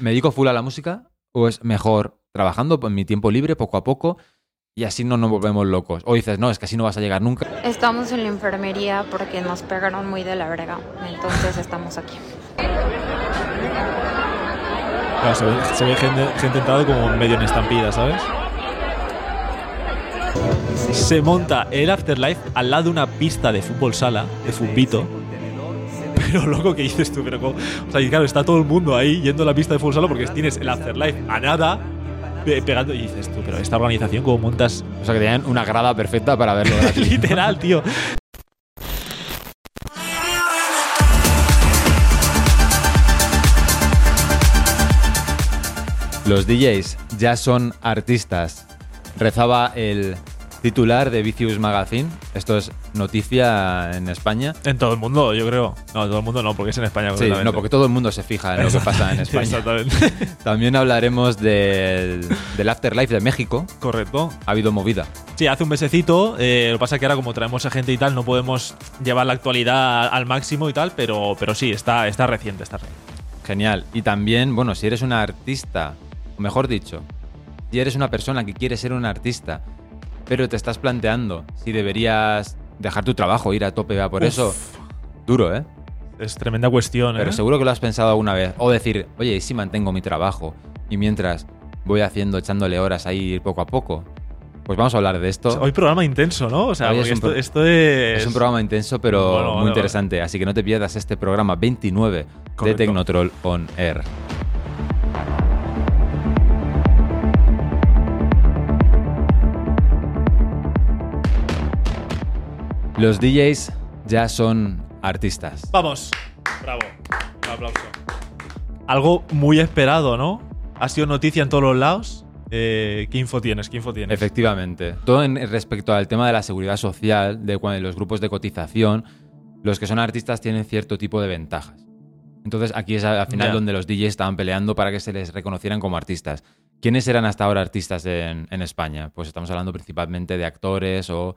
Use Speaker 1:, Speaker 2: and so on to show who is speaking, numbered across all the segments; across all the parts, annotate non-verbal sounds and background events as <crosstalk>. Speaker 1: ¿Me dedico full a la música o es mejor trabajando en mi tiempo libre poco a poco y así no nos volvemos locos? O dices, no, es que así no vas a llegar nunca.
Speaker 2: Estamos en la enfermería porque nos pegaron muy de la verga. Entonces estamos aquí.
Speaker 3: Claro, se ve, se ve gente, gente entrando como medio en estampida, ¿sabes? Se monta el Afterlife al lado de una pista de fútbol sala, de fumbito. Pero loco, ¿qué dices tú? Pero, ¿cómo? o sea, y claro, está todo el mundo ahí yendo a la pista de fútbol sala porque tienes el Afterlife a nada pe- pegando. Y dices tú, pero esta organización, ¿cómo montas? <laughs>
Speaker 1: O sea, que tenían una grada perfecta para verlo. gratis.
Speaker 3: Literal, tío.
Speaker 1: <laughs> Los DJs ya son artistas. Rezaba el titular de Vicious Magazine. Esto es noticia en España.
Speaker 3: En todo el mundo, yo creo. No, en todo el mundo no, porque es en
Speaker 1: Sí,
Speaker 3: España. completamente.
Speaker 1: no, porque todo el mundo se fija en lo que pasa <laughs>
Speaker 3: <laughs>
Speaker 1: en España.
Speaker 3: Exactamente.
Speaker 1: También hablaremos del, del Afterlife de México.
Speaker 3: Correcto.
Speaker 1: Ha habido movida.
Speaker 3: Sí, hace un mesecito. eh, lo que pasa es que ahora como traemos a gente y tal, no podemos llevar la actualidad al máximo y tal, pero, pero sí, está, está reciente, está reciente.
Speaker 1: Genial. Y también, bueno, si eres una artista, o mejor dicho, si eres una persona que quiere ser un artista, pero te estás planteando si deberías dejar tu trabajo, ir a tope a por
Speaker 3: Uf.
Speaker 1: eso. Duro, ¿eh?
Speaker 3: Es tremenda cuestión, ¿eh?
Speaker 1: Pero seguro que lo has pensado alguna vez. O decir, oye, ¿y si mantengo mi trabajo? Y mientras voy haciendo, echándole horas ahí poco a poco. Pues vamos a hablar de esto.
Speaker 3: O sea, Hoy programa intenso, ¿no? O sea,
Speaker 1: Hoy es
Speaker 3: porque
Speaker 1: un
Speaker 3: esto,
Speaker 1: pro-
Speaker 3: esto es...
Speaker 1: Es un programa intenso, pero
Speaker 3: Bueno, vale,
Speaker 1: muy
Speaker 3: vale.
Speaker 1: interesante. Así que no te pierdas este programa 29 de
Speaker 3: Correcto.
Speaker 1: Tecnotroll On Air. Los DJs ya son artistas.
Speaker 3: Vamos. Bravo. Un aplauso. Algo muy esperado, ¿no? Ha sido noticia en todos los lados. Eh, ¿Qué info tienes? ¿Qué info tienes?
Speaker 1: Efectivamente. Todo en respecto al tema de la seguridad social, de cua- los grupos de cotización, los que son artistas tienen cierto tipo de ventajas. Entonces aquí es al final
Speaker 3: Ya.
Speaker 1: donde los DJs estaban peleando para que se les reconocieran como artistas. ¿Quiénes eran hasta ahora artistas en, en España? Pues estamos hablando principalmente de actores o...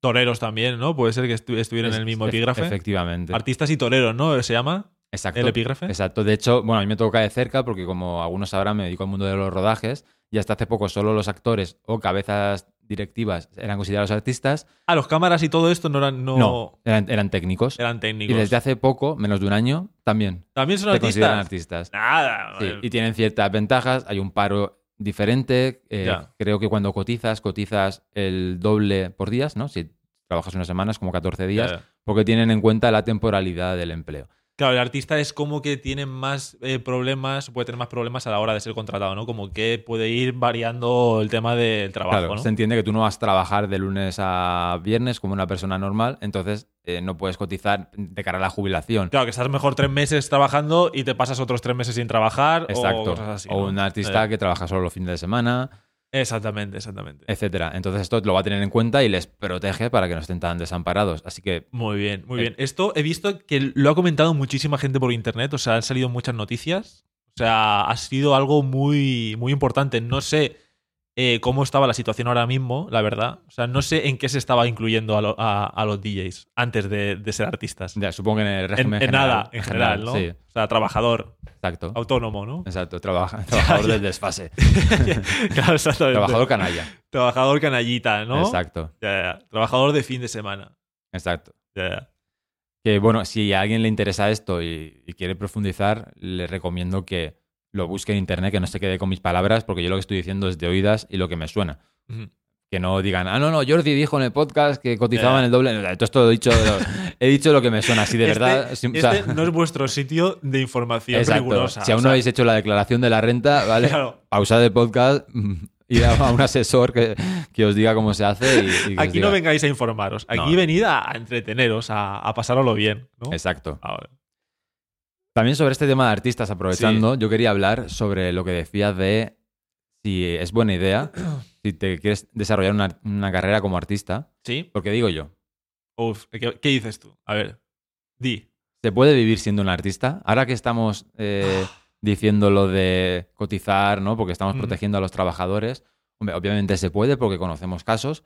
Speaker 3: Toreros también, ¿no? Puede ser que estu- estuvieran en el mismo
Speaker 1: Efe-
Speaker 3: epígrafe.
Speaker 1: Efectivamente.
Speaker 3: Artistas y toreros, ¿no? ¿Se llama?
Speaker 1: Exacto.
Speaker 3: ¿El epígrafe?
Speaker 1: Exacto. De hecho, bueno, a mí me toca de cerca porque como algunos sabrán, me dedico al mundo de los rodajes y hasta hace poco solo los actores o cabezas directivas eran considerados artistas
Speaker 3: Ah, los cámaras y todo esto no eran... No,
Speaker 1: No, eran, eran técnicos.
Speaker 3: Eran
Speaker 1: y
Speaker 3: técnicos.
Speaker 1: desde hace poco, menos de un año, también
Speaker 3: También son
Speaker 1: se consideran
Speaker 3: artistas.
Speaker 1: artistas.
Speaker 3: Nada.
Speaker 1: Sí,
Speaker 3: eh,
Speaker 1: y tienen ciertas ventajas. Hay un paro diferente. eh,
Speaker 3: Ya.
Speaker 1: creo que cuando cotizas, cotizas el doble por días, ¿no? Si trabajas unas semanas, como 14 días,
Speaker 3: claro.
Speaker 1: porque tienen en cuenta la temporalidad del empleo.
Speaker 3: Claro, el artista es como que tiene más eh, problemas, puede tener más problemas a la hora de ser contratado, ¿no? Como que puede ir variando el tema del trabajo,
Speaker 1: claro,
Speaker 3: ¿no?
Speaker 1: se entiende que tú no vas a trabajar de lunes a viernes como una persona normal, entonces eh, no puedes cotizar de cara a la jubilación.
Speaker 3: Claro, que estás mejor tres meses trabajando y te pasas otros tres meses sin trabajar
Speaker 1: Exacto.
Speaker 3: o cosas así. ¿no?
Speaker 1: un artista
Speaker 3: Eh,
Speaker 1: que trabaja solo los fines de semana.
Speaker 3: Exactamente, exactamente.
Speaker 1: etcétera. Entonces esto lo va a tener en cuenta y les protege para que no estén tan desamparados. Así que
Speaker 3: Muy bien, muy
Speaker 1: Eh.
Speaker 3: bien. Esto he visto que lo ha comentado muchísima gente por internet, o sea, han salido muchas noticias. O sea, ha sido algo muy, muy importante. No sé eh, cómo estaba la situación ahora mismo, la verdad. O sea, no sé en qué se estaba incluyendo a, lo- a- a los DJs antes de, de ser artistas.
Speaker 1: ya supongo que en el
Speaker 3: En,
Speaker 1: régimen
Speaker 3: en
Speaker 1: general,
Speaker 3: nada, en general, ¿no?
Speaker 1: Sí,
Speaker 3: O sea, trabajador,
Speaker 1: exacto.
Speaker 3: autónomo,
Speaker 1: <laughs>
Speaker 3: ¿no? <laughs>
Speaker 1: Exacto, trabaja- trabajador
Speaker 3: ya.
Speaker 1: del
Speaker 3: <laughs>
Speaker 1: desfase.
Speaker 3: claro, exactamente.
Speaker 1: trabajador canalla.
Speaker 3: Trabajador canallita, ¿no?
Speaker 1: Exacto,
Speaker 3: Ya, ya. Trabajador de fin de semana.
Speaker 1: exacto.
Speaker 3: Ya, ya.
Speaker 1: Que bueno, si a alguien le interesa esto y, y quiere profundizar, le recomiendo que lo busque en internet, que no se quede con mis palabras, porque yo lo que estoy diciendo es de oídas y lo que me suena.
Speaker 3: Ujú.
Speaker 1: Que no digan, ah, no, no, Jordi dijo en el podcast que cotizaban
Speaker 3: Ya.
Speaker 1: el doble. Todo esto lo he dicho,
Speaker 3: <laughs>
Speaker 1: he dicho lo que me suena, así de
Speaker 3: Este-
Speaker 1: verdad. sí, o sea-
Speaker 3: Este no es vuestro sitio de información
Speaker 1: Exacto.
Speaker 3: rigurosa.
Speaker 1: Si aún
Speaker 3: o
Speaker 1: no
Speaker 3: sea,
Speaker 1: habéis hecho la declaración de la renta,
Speaker 3: <laughs>
Speaker 1: ¿vale?
Speaker 3: claro,
Speaker 1: Pausad el podcast, <laughs> ir a un asesor que, que os diga cómo se hace y, y que os
Speaker 3: aquí no
Speaker 1: diga.
Speaker 3: vengáis a informaros. Aquí
Speaker 1: No.
Speaker 3: venid a a entreteneros, a, a pasároslo bien. ¿no?
Speaker 1: Exacto.
Speaker 3: Ahora.
Speaker 1: También sobre este tema de artistas, aprovechando, yo quería hablar sobre lo que decías de si es buena idea, si te quieres desarrollar una, una carrera como artista,
Speaker 3: ¿Sí?
Speaker 1: porque digo yo,
Speaker 3: Uf, ¿qué, qué dices tú? A ver, di.
Speaker 1: ¿se puede vivir siendo un artista? Ahora que estamos
Speaker 3: <sighs>
Speaker 1: eh, diciendo lo de cotizar, ¿no? Porque estamos
Speaker 3: Ujú.
Speaker 1: protegiendo a los trabajadores. Hombre, obviamente se puede porque conocemos casos.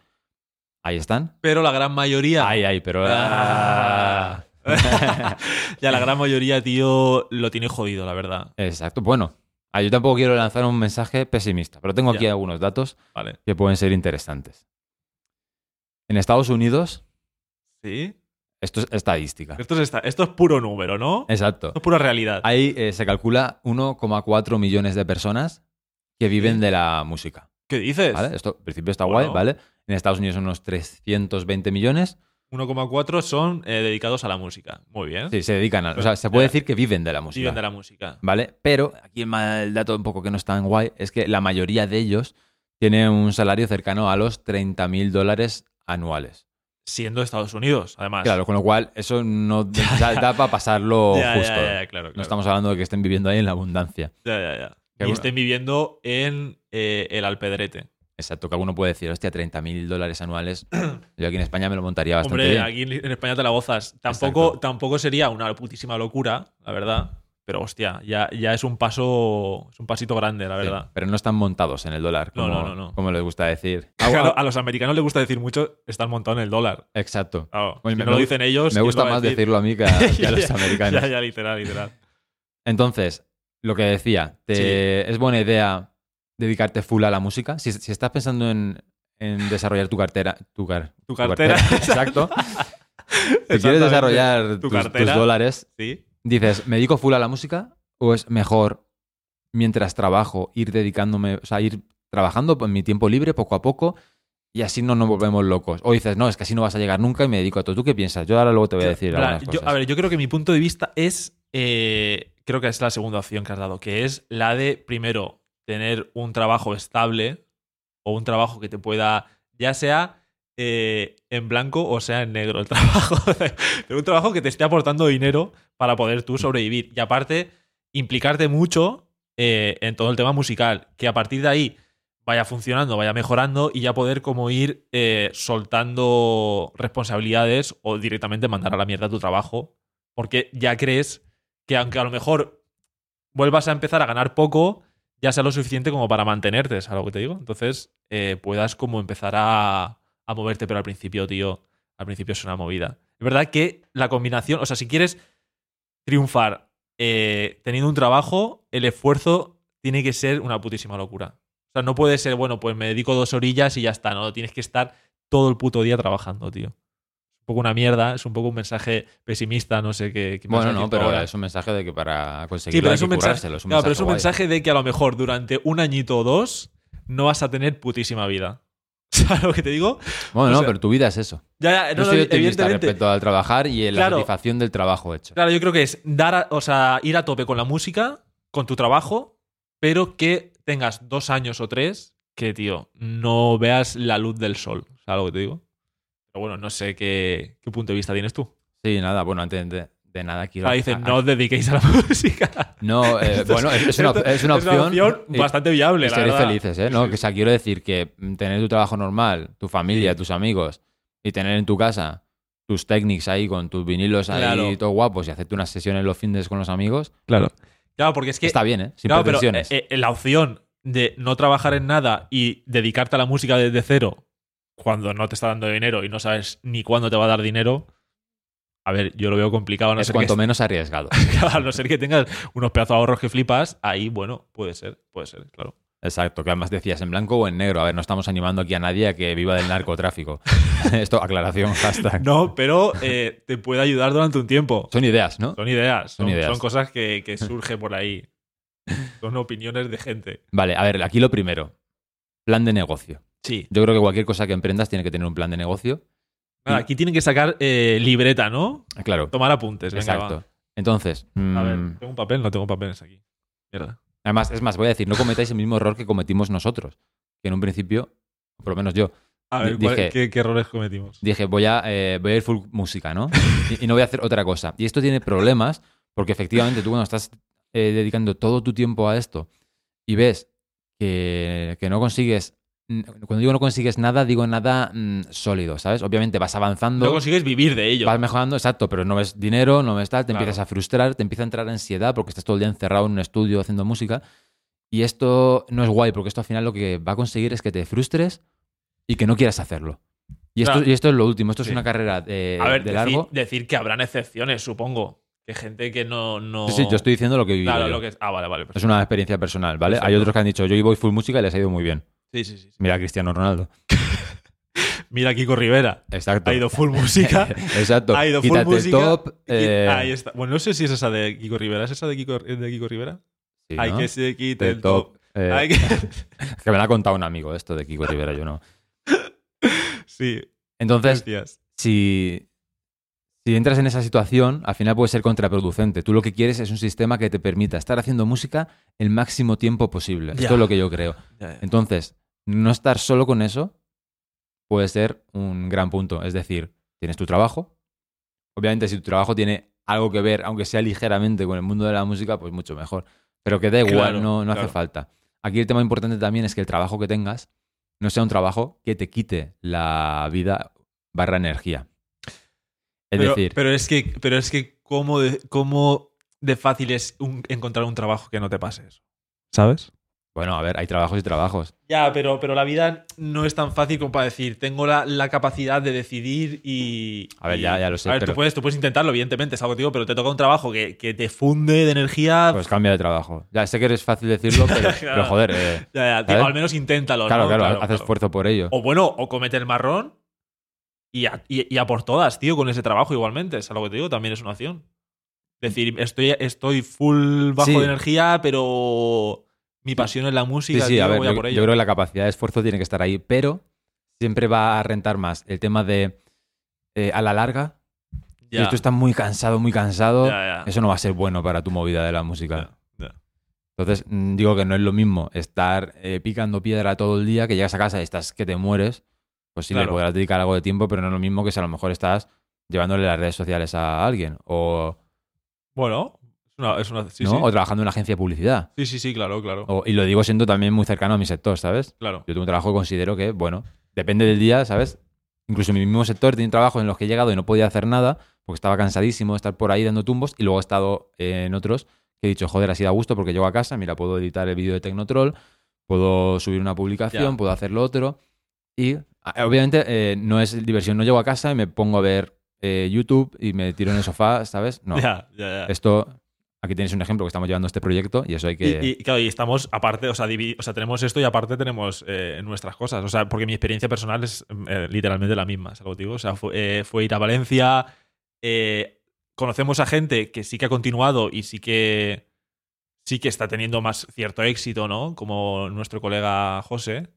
Speaker 1: Ahí están.
Speaker 3: Pero la gran mayoría.
Speaker 1: Ay, ay, pero.
Speaker 3: <laughs> Ah. ya la gran mayoría, tío, lo tiene jodido, la verdad.
Speaker 1: Exacto. Bueno, Ah, yo tampoco quiero lanzar un mensaje pesimista, pero tengo aquí
Speaker 3: Ya.
Speaker 1: algunos datos
Speaker 3: Vale.
Speaker 1: que pueden ser interesantes. En Estados Unidos,
Speaker 3: Sí.
Speaker 1: esto es estadística.
Speaker 3: Esto es, esta- esto es puro número, ¿no?
Speaker 1: Exacto.
Speaker 3: Esto es pura realidad.
Speaker 1: Ahí eh, se calcula 1,4 millones de personas que viven de la música.
Speaker 3: ¿Qué dices?
Speaker 1: ¿Vale? Esto al principio está
Speaker 3: Bueno.
Speaker 1: guay, ¿vale? En Estados Unidos son unos 320 millones.
Speaker 3: 1,4 son eh, dedicados a la música. Muy bien.
Speaker 1: Sí, se dedican a... O sea, se puede decir que viven de la música.
Speaker 3: ¿Eh? Viven de la música.
Speaker 1: ¿Vale? Pero aquí el ma- el dato un poco que no es tan guay es que la mayoría de ellos tiene un salario cercano a los 30.000 dólares anuales.
Speaker 3: Siendo Estados Unidos, además.
Speaker 1: Claro, con lo cual eso no
Speaker 3: <laughs>
Speaker 1: o sea, da para pasarlo
Speaker 3: Ya, ya,
Speaker 1: justo. eh.
Speaker 3: ya, ya, claro,
Speaker 1: No
Speaker 3: claro.
Speaker 1: estamos hablando de que estén viviendo ahí en la abundancia.
Speaker 3: Ya, ya, ya.
Speaker 1: Que
Speaker 3: Y
Speaker 1: bueno.
Speaker 3: estén viviendo en eh, el Alpedrete.
Speaker 1: Exacto, que alguno puede decir, hostia, 30.000 dólares anuales. <clears throat> Yo aquí en España me lo montaría bastante
Speaker 3: Hombre,
Speaker 1: bien.
Speaker 3: aquí en en España te la gozas. Tampoco, tampoco sería una putísima locura, la verdad. Pero hostia, ya, ya es un paso, es un pasito grande, la
Speaker 1: Sí,
Speaker 3: verdad.
Speaker 1: pero no están montados en el dólar,
Speaker 3: No,
Speaker 1: como,
Speaker 3: no, no, no.
Speaker 1: como les gusta decir.
Speaker 3: <laughs> Claro, a los americanos les gusta decir mucho, están montado en el dólar.
Speaker 1: Exacto.
Speaker 3: Claro,
Speaker 1: Oye,
Speaker 3: si
Speaker 1: me-
Speaker 3: no lo
Speaker 1: me-
Speaker 3: dicen ellos.
Speaker 1: Me
Speaker 3: ¿quién
Speaker 1: gusta
Speaker 3: lo va a
Speaker 1: más
Speaker 3: decir?
Speaker 1: decirlo a mí que a, que a
Speaker 3: <laughs> Ya,
Speaker 1: los
Speaker 3: ya,
Speaker 1: americanos.
Speaker 3: Ya, ya, literal, literal.
Speaker 1: Entonces, lo que decía, te-
Speaker 3: Sí.
Speaker 1: ¿es buena idea dedicarte full a la música? Si, si estás pensando en, en desarrollar tu cartera. Tu, car- <laughs>
Speaker 3: Tu cartera, <laughs>
Speaker 1: exacto. Si quieres
Speaker 3: Exactamente.
Speaker 1: desarrollar
Speaker 3: Tu
Speaker 1: tus- tus,
Speaker 3: cartera.
Speaker 1: dólares,
Speaker 3: Sí.
Speaker 1: dices, ¿me dedico full a la música? ¿O es mejor, mientras trabajo, ir dedicándome, o sea, ir trabajando en mi tiempo libre poco a poco? Y así no nos volvemos locos. O dices, no, es que así no vas a llegar nunca y me dedico a todo. ¿Tú qué piensas? Yo ahora luego te voy a decir
Speaker 3: Bla,
Speaker 1: algunas
Speaker 3: yo-
Speaker 1: cosas.
Speaker 3: a ver, yo creo que mi punto de vista es. eh, creo que es la segunda opción que has dado, que es la de, primero, tener un trabajo estable o un trabajo que te pueda. Ya sea eh, en blanco o sea en negro el <laughs> trabajo. Pero un trabajo que te esté aportando dinero para poder tú sobrevivir. Y aparte, implicarte mucho eh, en todo el tema musical. Que a partir de ahí vaya funcionando, vaya mejorando y ya poder como ir eh, soltando responsabilidades o directamente mandar a la mierda tu trabajo. Porque ya crees que aunque a lo mejor vuelvas a empezar a ganar poco, ya sea lo suficiente como para mantenerte, ¿sabes lo que te digo? Entonces eh, puedas como empezar a, a moverte, pero al principio, tío, al principio es una movida. Es verdad que la combinación, o sea, si quieres triunfar eh, teniendo un trabajo, el esfuerzo tiene que ser una putísima locura. O sea, no puede ser, bueno, pues me dedico dos orillas y ya está, ¿no? Tienes que estar todo el puto día trabajando, tío. Es un poco una mierda, es un poco un mensaje pesimista, no sé qué. qué me vas a
Speaker 1: Bueno, no,
Speaker 3: decir
Speaker 1: pero
Speaker 3: tú ahora.
Speaker 1: es un mensaje de que para
Speaker 3: Sí,
Speaker 1: conseguirlo
Speaker 3: pero
Speaker 1: hay
Speaker 3: es un
Speaker 1: que
Speaker 3: mensaje.
Speaker 1: currárselo,
Speaker 3: claro, pero es un
Speaker 1: guay.
Speaker 3: mensaje de que a lo mejor durante un añito o dos no vas a tener putísima vida. <laughs> ¿Sabes lo que te digo?
Speaker 1: Bueno,
Speaker 3: o
Speaker 1: no,
Speaker 3: sea,
Speaker 1: pero tu vida es eso.
Speaker 3: Ya, ya,
Speaker 1: Yo
Speaker 3: Eh, no, no,
Speaker 1: soy optimista
Speaker 3: evidentemente.
Speaker 1: respecto al trabajar y en
Speaker 3: Claro.
Speaker 1: la satisfacción del trabajo hecho.
Speaker 3: Claro, yo creo que es dar, a- o sea, ir a tope con la música, con tu trabajo, pero que tengas dos años o tres que, tío, no veas la luz del sol. ¿Sabes lo que te digo? Pero bueno, no sé qué, qué punto de vista tienes tú.
Speaker 1: Sí, nada, bueno, antes de, de nada quiero...
Speaker 3: Ahora dicen,
Speaker 1: a-
Speaker 3: Ah, no os dediquéis a la <laughs> música.
Speaker 1: no, eh,
Speaker 3: <laughs> Esto
Speaker 1: bueno, es, es una,
Speaker 3: Esto-
Speaker 1: es una opción. y-
Speaker 3: bastante viable,
Speaker 1: y
Speaker 3: la
Speaker 1: seréis
Speaker 3: verdad.
Speaker 1: felices, ¿eh? No, que, o sea, quiero decir que mm, tener tu trabajo normal, tu familia, tus amigos y tener en tu casa tus técnicos ahí con tus vinilos ahí
Speaker 3: Claro.
Speaker 1: todos guapos y hacerte unas sesiones los fines con los amigos,
Speaker 3: Claro. Claro, porque es que
Speaker 1: está bien, ¿eh? Sin
Speaker 3: Claro, pero,
Speaker 1: pretensiones.
Speaker 3: eh, eh, la opción de no trabajar en nada y dedicarte a la música desde cero cuando no te está dando dinero y no sabes ni cuándo te va a dar dinero. A ver, yo lo veo complicado, a no,
Speaker 1: es
Speaker 3: ser que,
Speaker 1: cuanto menos arriesgado.
Speaker 3: <laughs> a no ser que tengas unos pedazos de ahorros que flipas. Ahí, bueno, puede ser, puede ser, claro.
Speaker 1: Exacto, que además decías en blanco o en negro. A ver, no estamos animando aquí a nadie a que viva del
Speaker 3: <laughs>
Speaker 1: narcotráfico. Esto, aclaración, hashtag.
Speaker 3: No, pero eh, te puede ayudar durante un tiempo.
Speaker 1: Son ideas, ¿no?
Speaker 3: Son ideas, son,
Speaker 1: Son ideas.
Speaker 3: son cosas que,
Speaker 1: <laughs>
Speaker 3: que surgen por ahí. Son opiniones de gente.
Speaker 1: Vale, a ver, aquí lo primero. Plan de negocio.
Speaker 3: Sí.
Speaker 1: Yo creo que cualquier cosa que emprendas tiene que tener un plan de negocio.
Speaker 3: aquí tienen que sacar eh, libreta, ¿no?
Speaker 1: Ah, Claro,
Speaker 3: Tomar apuntes. Venga, va.
Speaker 1: exacto. Entonces,
Speaker 3: A
Speaker 1: mm,
Speaker 3: ver, tengo un papel, no tengo papeles aquí. Mierda.
Speaker 1: además, es más, voy a decir, no cometáis el mismo error que cometimos nosotros. Que en un principio, por lo menos yo,
Speaker 3: A
Speaker 1: ver,
Speaker 3: ver,
Speaker 1: ¿cuál- dije-
Speaker 3: ¿qué, errores cometimos?
Speaker 1: dije, voy a, eh, voy a ir full música, ¿no? Y, y no voy a hacer otra cosa. Y esto tiene problemas porque efectivamente tú cuando estás eh, dedicando todo tu tiempo a esto y ves que, que no consigues... mm, Cuando digo no consigues nada, digo nada mm, sólido, ¿sabes? Obviamente vas avanzando,
Speaker 3: No consigues vivir de ello.
Speaker 1: vas mejorando, exacto, pero no ves dinero, no ves tal, te
Speaker 3: Claro.
Speaker 1: empiezas a frustrar, te empieza a entrar ansiedad porque estás todo el día encerrado en un estudio haciendo música. Y esto no es guay, porque esto al final lo que va a conseguir es que te frustres y que no quieras hacerlo. Y esto,
Speaker 3: Claro.
Speaker 1: y esto es lo último, esto es
Speaker 3: Sí.
Speaker 1: una carrera de,
Speaker 3: a ver,
Speaker 1: de
Speaker 3: deci-
Speaker 1: largo.
Speaker 3: decir que habrán excepciones, supongo. de gente que no. no...
Speaker 1: Sí, sí, yo estoy diciendo lo que he vivido
Speaker 3: Claro,
Speaker 1: yo.
Speaker 3: lo que es. Ah, vale, vale.
Speaker 1: Es
Speaker 3: perfecto.
Speaker 1: una experiencia personal, ¿vale? Hay
Speaker 3: Exacto.
Speaker 1: otros que han dicho, yo voy full música y les ha ido muy bien.
Speaker 3: Sí, sí, sí. sí.
Speaker 1: Mira a Cristiano Ronaldo.
Speaker 3: Mira, Kiko Rivera.
Speaker 1: Exacto.
Speaker 3: Ha ido full música.
Speaker 1: <laughs>
Speaker 3: <laughs>
Speaker 1: Exacto.
Speaker 3: Ha ido full
Speaker 1: Quítate
Speaker 3: música.
Speaker 1: el top. eh,
Speaker 3: Ahí está. Bueno, no sé si es esa de Kiko Rivera. ¿Es esa de Kiko, de Kiko Rivera?
Speaker 1: sí,
Speaker 3: Hay
Speaker 1: ¿no?
Speaker 3: que se quite
Speaker 1: Quítate
Speaker 3: el top.
Speaker 1: eh,
Speaker 3: Hay que... <laughs>
Speaker 1: Que me lo ha contado un amigo esto de Kiko Rivera, yo no.
Speaker 3: Sí,
Speaker 1: Entonces,
Speaker 3: hostias.
Speaker 1: si, si entras en esa situación, al final puede ser contraproducente. Tú lo que quieres es un sistema que te permita estar haciendo música el máximo tiempo posible.
Speaker 3: Ya.
Speaker 1: Esto es lo que yo creo. Entonces, no estar solo con eso puede ser un gran punto. Es decir, tienes tu trabajo. Obviamente, si tu trabajo tiene algo que ver, aunque sea ligeramente, con el mundo de la música, pues mucho mejor. Pero que da igual,
Speaker 3: Claro,
Speaker 1: no, no
Speaker 3: claro.
Speaker 1: hace falta. Aquí el tema importante también es que el trabajo que tengas no sea un trabajo que te quite la vida barra energía. Es
Speaker 3: pero,
Speaker 1: decir,
Speaker 3: pero es que, pero es que cómo de, cómo de fácil es un- encontrar un trabajo que no te pase eso. ¿Sabes?
Speaker 1: bueno, a ver, hay trabajos y trabajos.
Speaker 3: Ya, pero, pero la vida no es tan fácil como para decir, tengo la, la capacidad de decidir y...
Speaker 1: A ver,
Speaker 3: y-
Speaker 1: ya- ya lo sé,
Speaker 3: A ver,
Speaker 1: pero-
Speaker 3: tú, puedes, tú puedes intentarlo, evidentemente, es algo que digo, pero te toca un trabajo que, que te funde de energía. eh,
Speaker 1: Pues cambia de trabajo. Ya sé que eres fácil
Speaker 3: <laughs>
Speaker 1: decirlo, pero, pero joder, eh,
Speaker 3: ya, ya, tío,
Speaker 1: ¿sabes?
Speaker 3: al menos inténtalo.
Speaker 1: claro,
Speaker 3: ¿no?
Speaker 1: claro, haces
Speaker 3: claro.
Speaker 1: esfuerzo por ello.
Speaker 3: O bueno, o comete el marrón y a, y- y a por todas, tío, con ese trabajo igualmente. Es algo que te digo, también es una opción. Es decir, estoy, estoy full bajo
Speaker 1: Sí.
Speaker 3: de energía, pero mi pasión es la
Speaker 1: Sí,
Speaker 3: música,
Speaker 1: sí,
Speaker 3: tío,
Speaker 1: a ver,
Speaker 3: voy a
Speaker 1: yo,
Speaker 3: por
Speaker 1: yo
Speaker 3: ello.
Speaker 1: creo que la capacidad de esfuerzo tiene que estar ahí, pero siempre va a rentar más el tema de eh, a la larga.
Speaker 3: Ya,
Speaker 1: Si tú estás muy cansado, muy cansado,
Speaker 3: ya, ya,
Speaker 1: eso no va a ser bueno para tu movida de la música.
Speaker 3: ya, ya.
Speaker 1: Entonces, mm, digo que no es lo mismo estar eh, picando piedra todo el día, que llegas a casa y estás que te mueres. Pues sí, le
Speaker 3: Claro.
Speaker 1: podrás dedicar algo de tiempo, pero no es lo mismo que si a lo mejor estás llevándole las redes sociales a alguien o,
Speaker 3: Bueno, es una. es una- sí,
Speaker 1: ¿no?
Speaker 3: sí.
Speaker 1: o trabajando en una agencia de publicidad.
Speaker 3: sí, sí, sí, claro, claro.
Speaker 1: O- y lo digo siendo también muy cercano a mi sector, ¿sabes?
Speaker 3: Claro.
Speaker 1: Yo tengo un trabajo que considero que, bueno, depende del día, ¿sabes? Incluso en mi mismo sector tiene trabajos en los que he llegado y no podía hacer nada porque estaba cansadísimo de estar por ahí dando tumbos y luego he estado eh, en otros que he dicho, joder, así da gusto porque llego a casa, mira, puedo editar el vídeo de Tecnotroll, puedo subir una publicación,
Speaker 3: Ya.
Speaker 1: puedo hacer lo otro. Y a- obviamente eh, no es diversión, no llego a casa y me pongo a ver eh, YouTube y me tiro en el sofá, ¿sabes? No.
Speaker 3: Ya, ya, ya.
Speaker 1: Esto, aquí tenéis un ejemplo que estamos llevando este proyecto y eso hay que...
Speaker 3: Y, y, claro, y estamos aparte, o sea, divi- o sea, tenemos esto y aparte tenemos eh, nuestras cosas. O sea, porque mi experiencia personal es eh, literalmente la misma, es algo digo. O sea, fue, eh, fue ir a Valencia, eh, conocemos a gente que sí que ha continuado y sí que sí que está teniendo más cierto éxito, ¿no? Como nuestro colega José.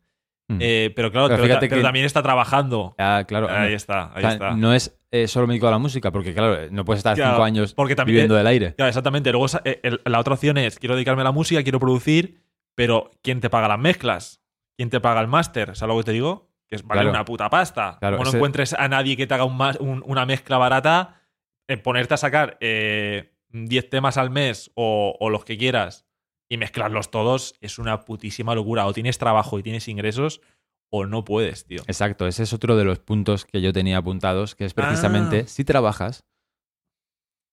Speaker 1: Mm.
Speaker 3: Eh, pero claro,
Speaker 1: Pero
Speaker 3: pero, ta-
Speaker 1: fíjate
Speaker 3: pero
Speaker 1: que-
Speaker 3: también está trabajando.
Speaker 1: Ah, claro, no-
Speaker 3: Ahí está, ahí
Speaker 1: O sea,
Speaker 3: está.
Speaker 1: no es eh, solo me dedico a la música, porque claro, eh, no puedes estar
Speaker 3: Claro,
Speaker 1: cinco años
Speaker 3: porque también
Speaker 1: viviendo del aire.
Speaker 3: Claro, exactamente. Luego esa- eh, el- la otra opción es, quiero dedicarme a la música, quiero producir, pero ¿quién te paga las mezclas? ¿Quién te paga el máster? ¿Sabes lo que te digo? Que es vale
Speaker 1: Claro.
Speaker 3: una puta pasta.
Speaker 1: Claro,
Speaker 3: Como no
Speaker 1: ese-
Speaker 3: encuentres a nadie que te haga un ma- un- una mezcla barata, eh, ponerte a sacar eh, 10 temas al mes o, o los que quieras y mezclarlos todos es una putísima locura. O tienes trabajo y tienes ingresos o no puedes, tío.
Speaker 1: Exacto, ese es otro de los puntos que yo tenía apuntados, que es precisamente
Speaker 3: Ah.
Speaker 1: si trabajas,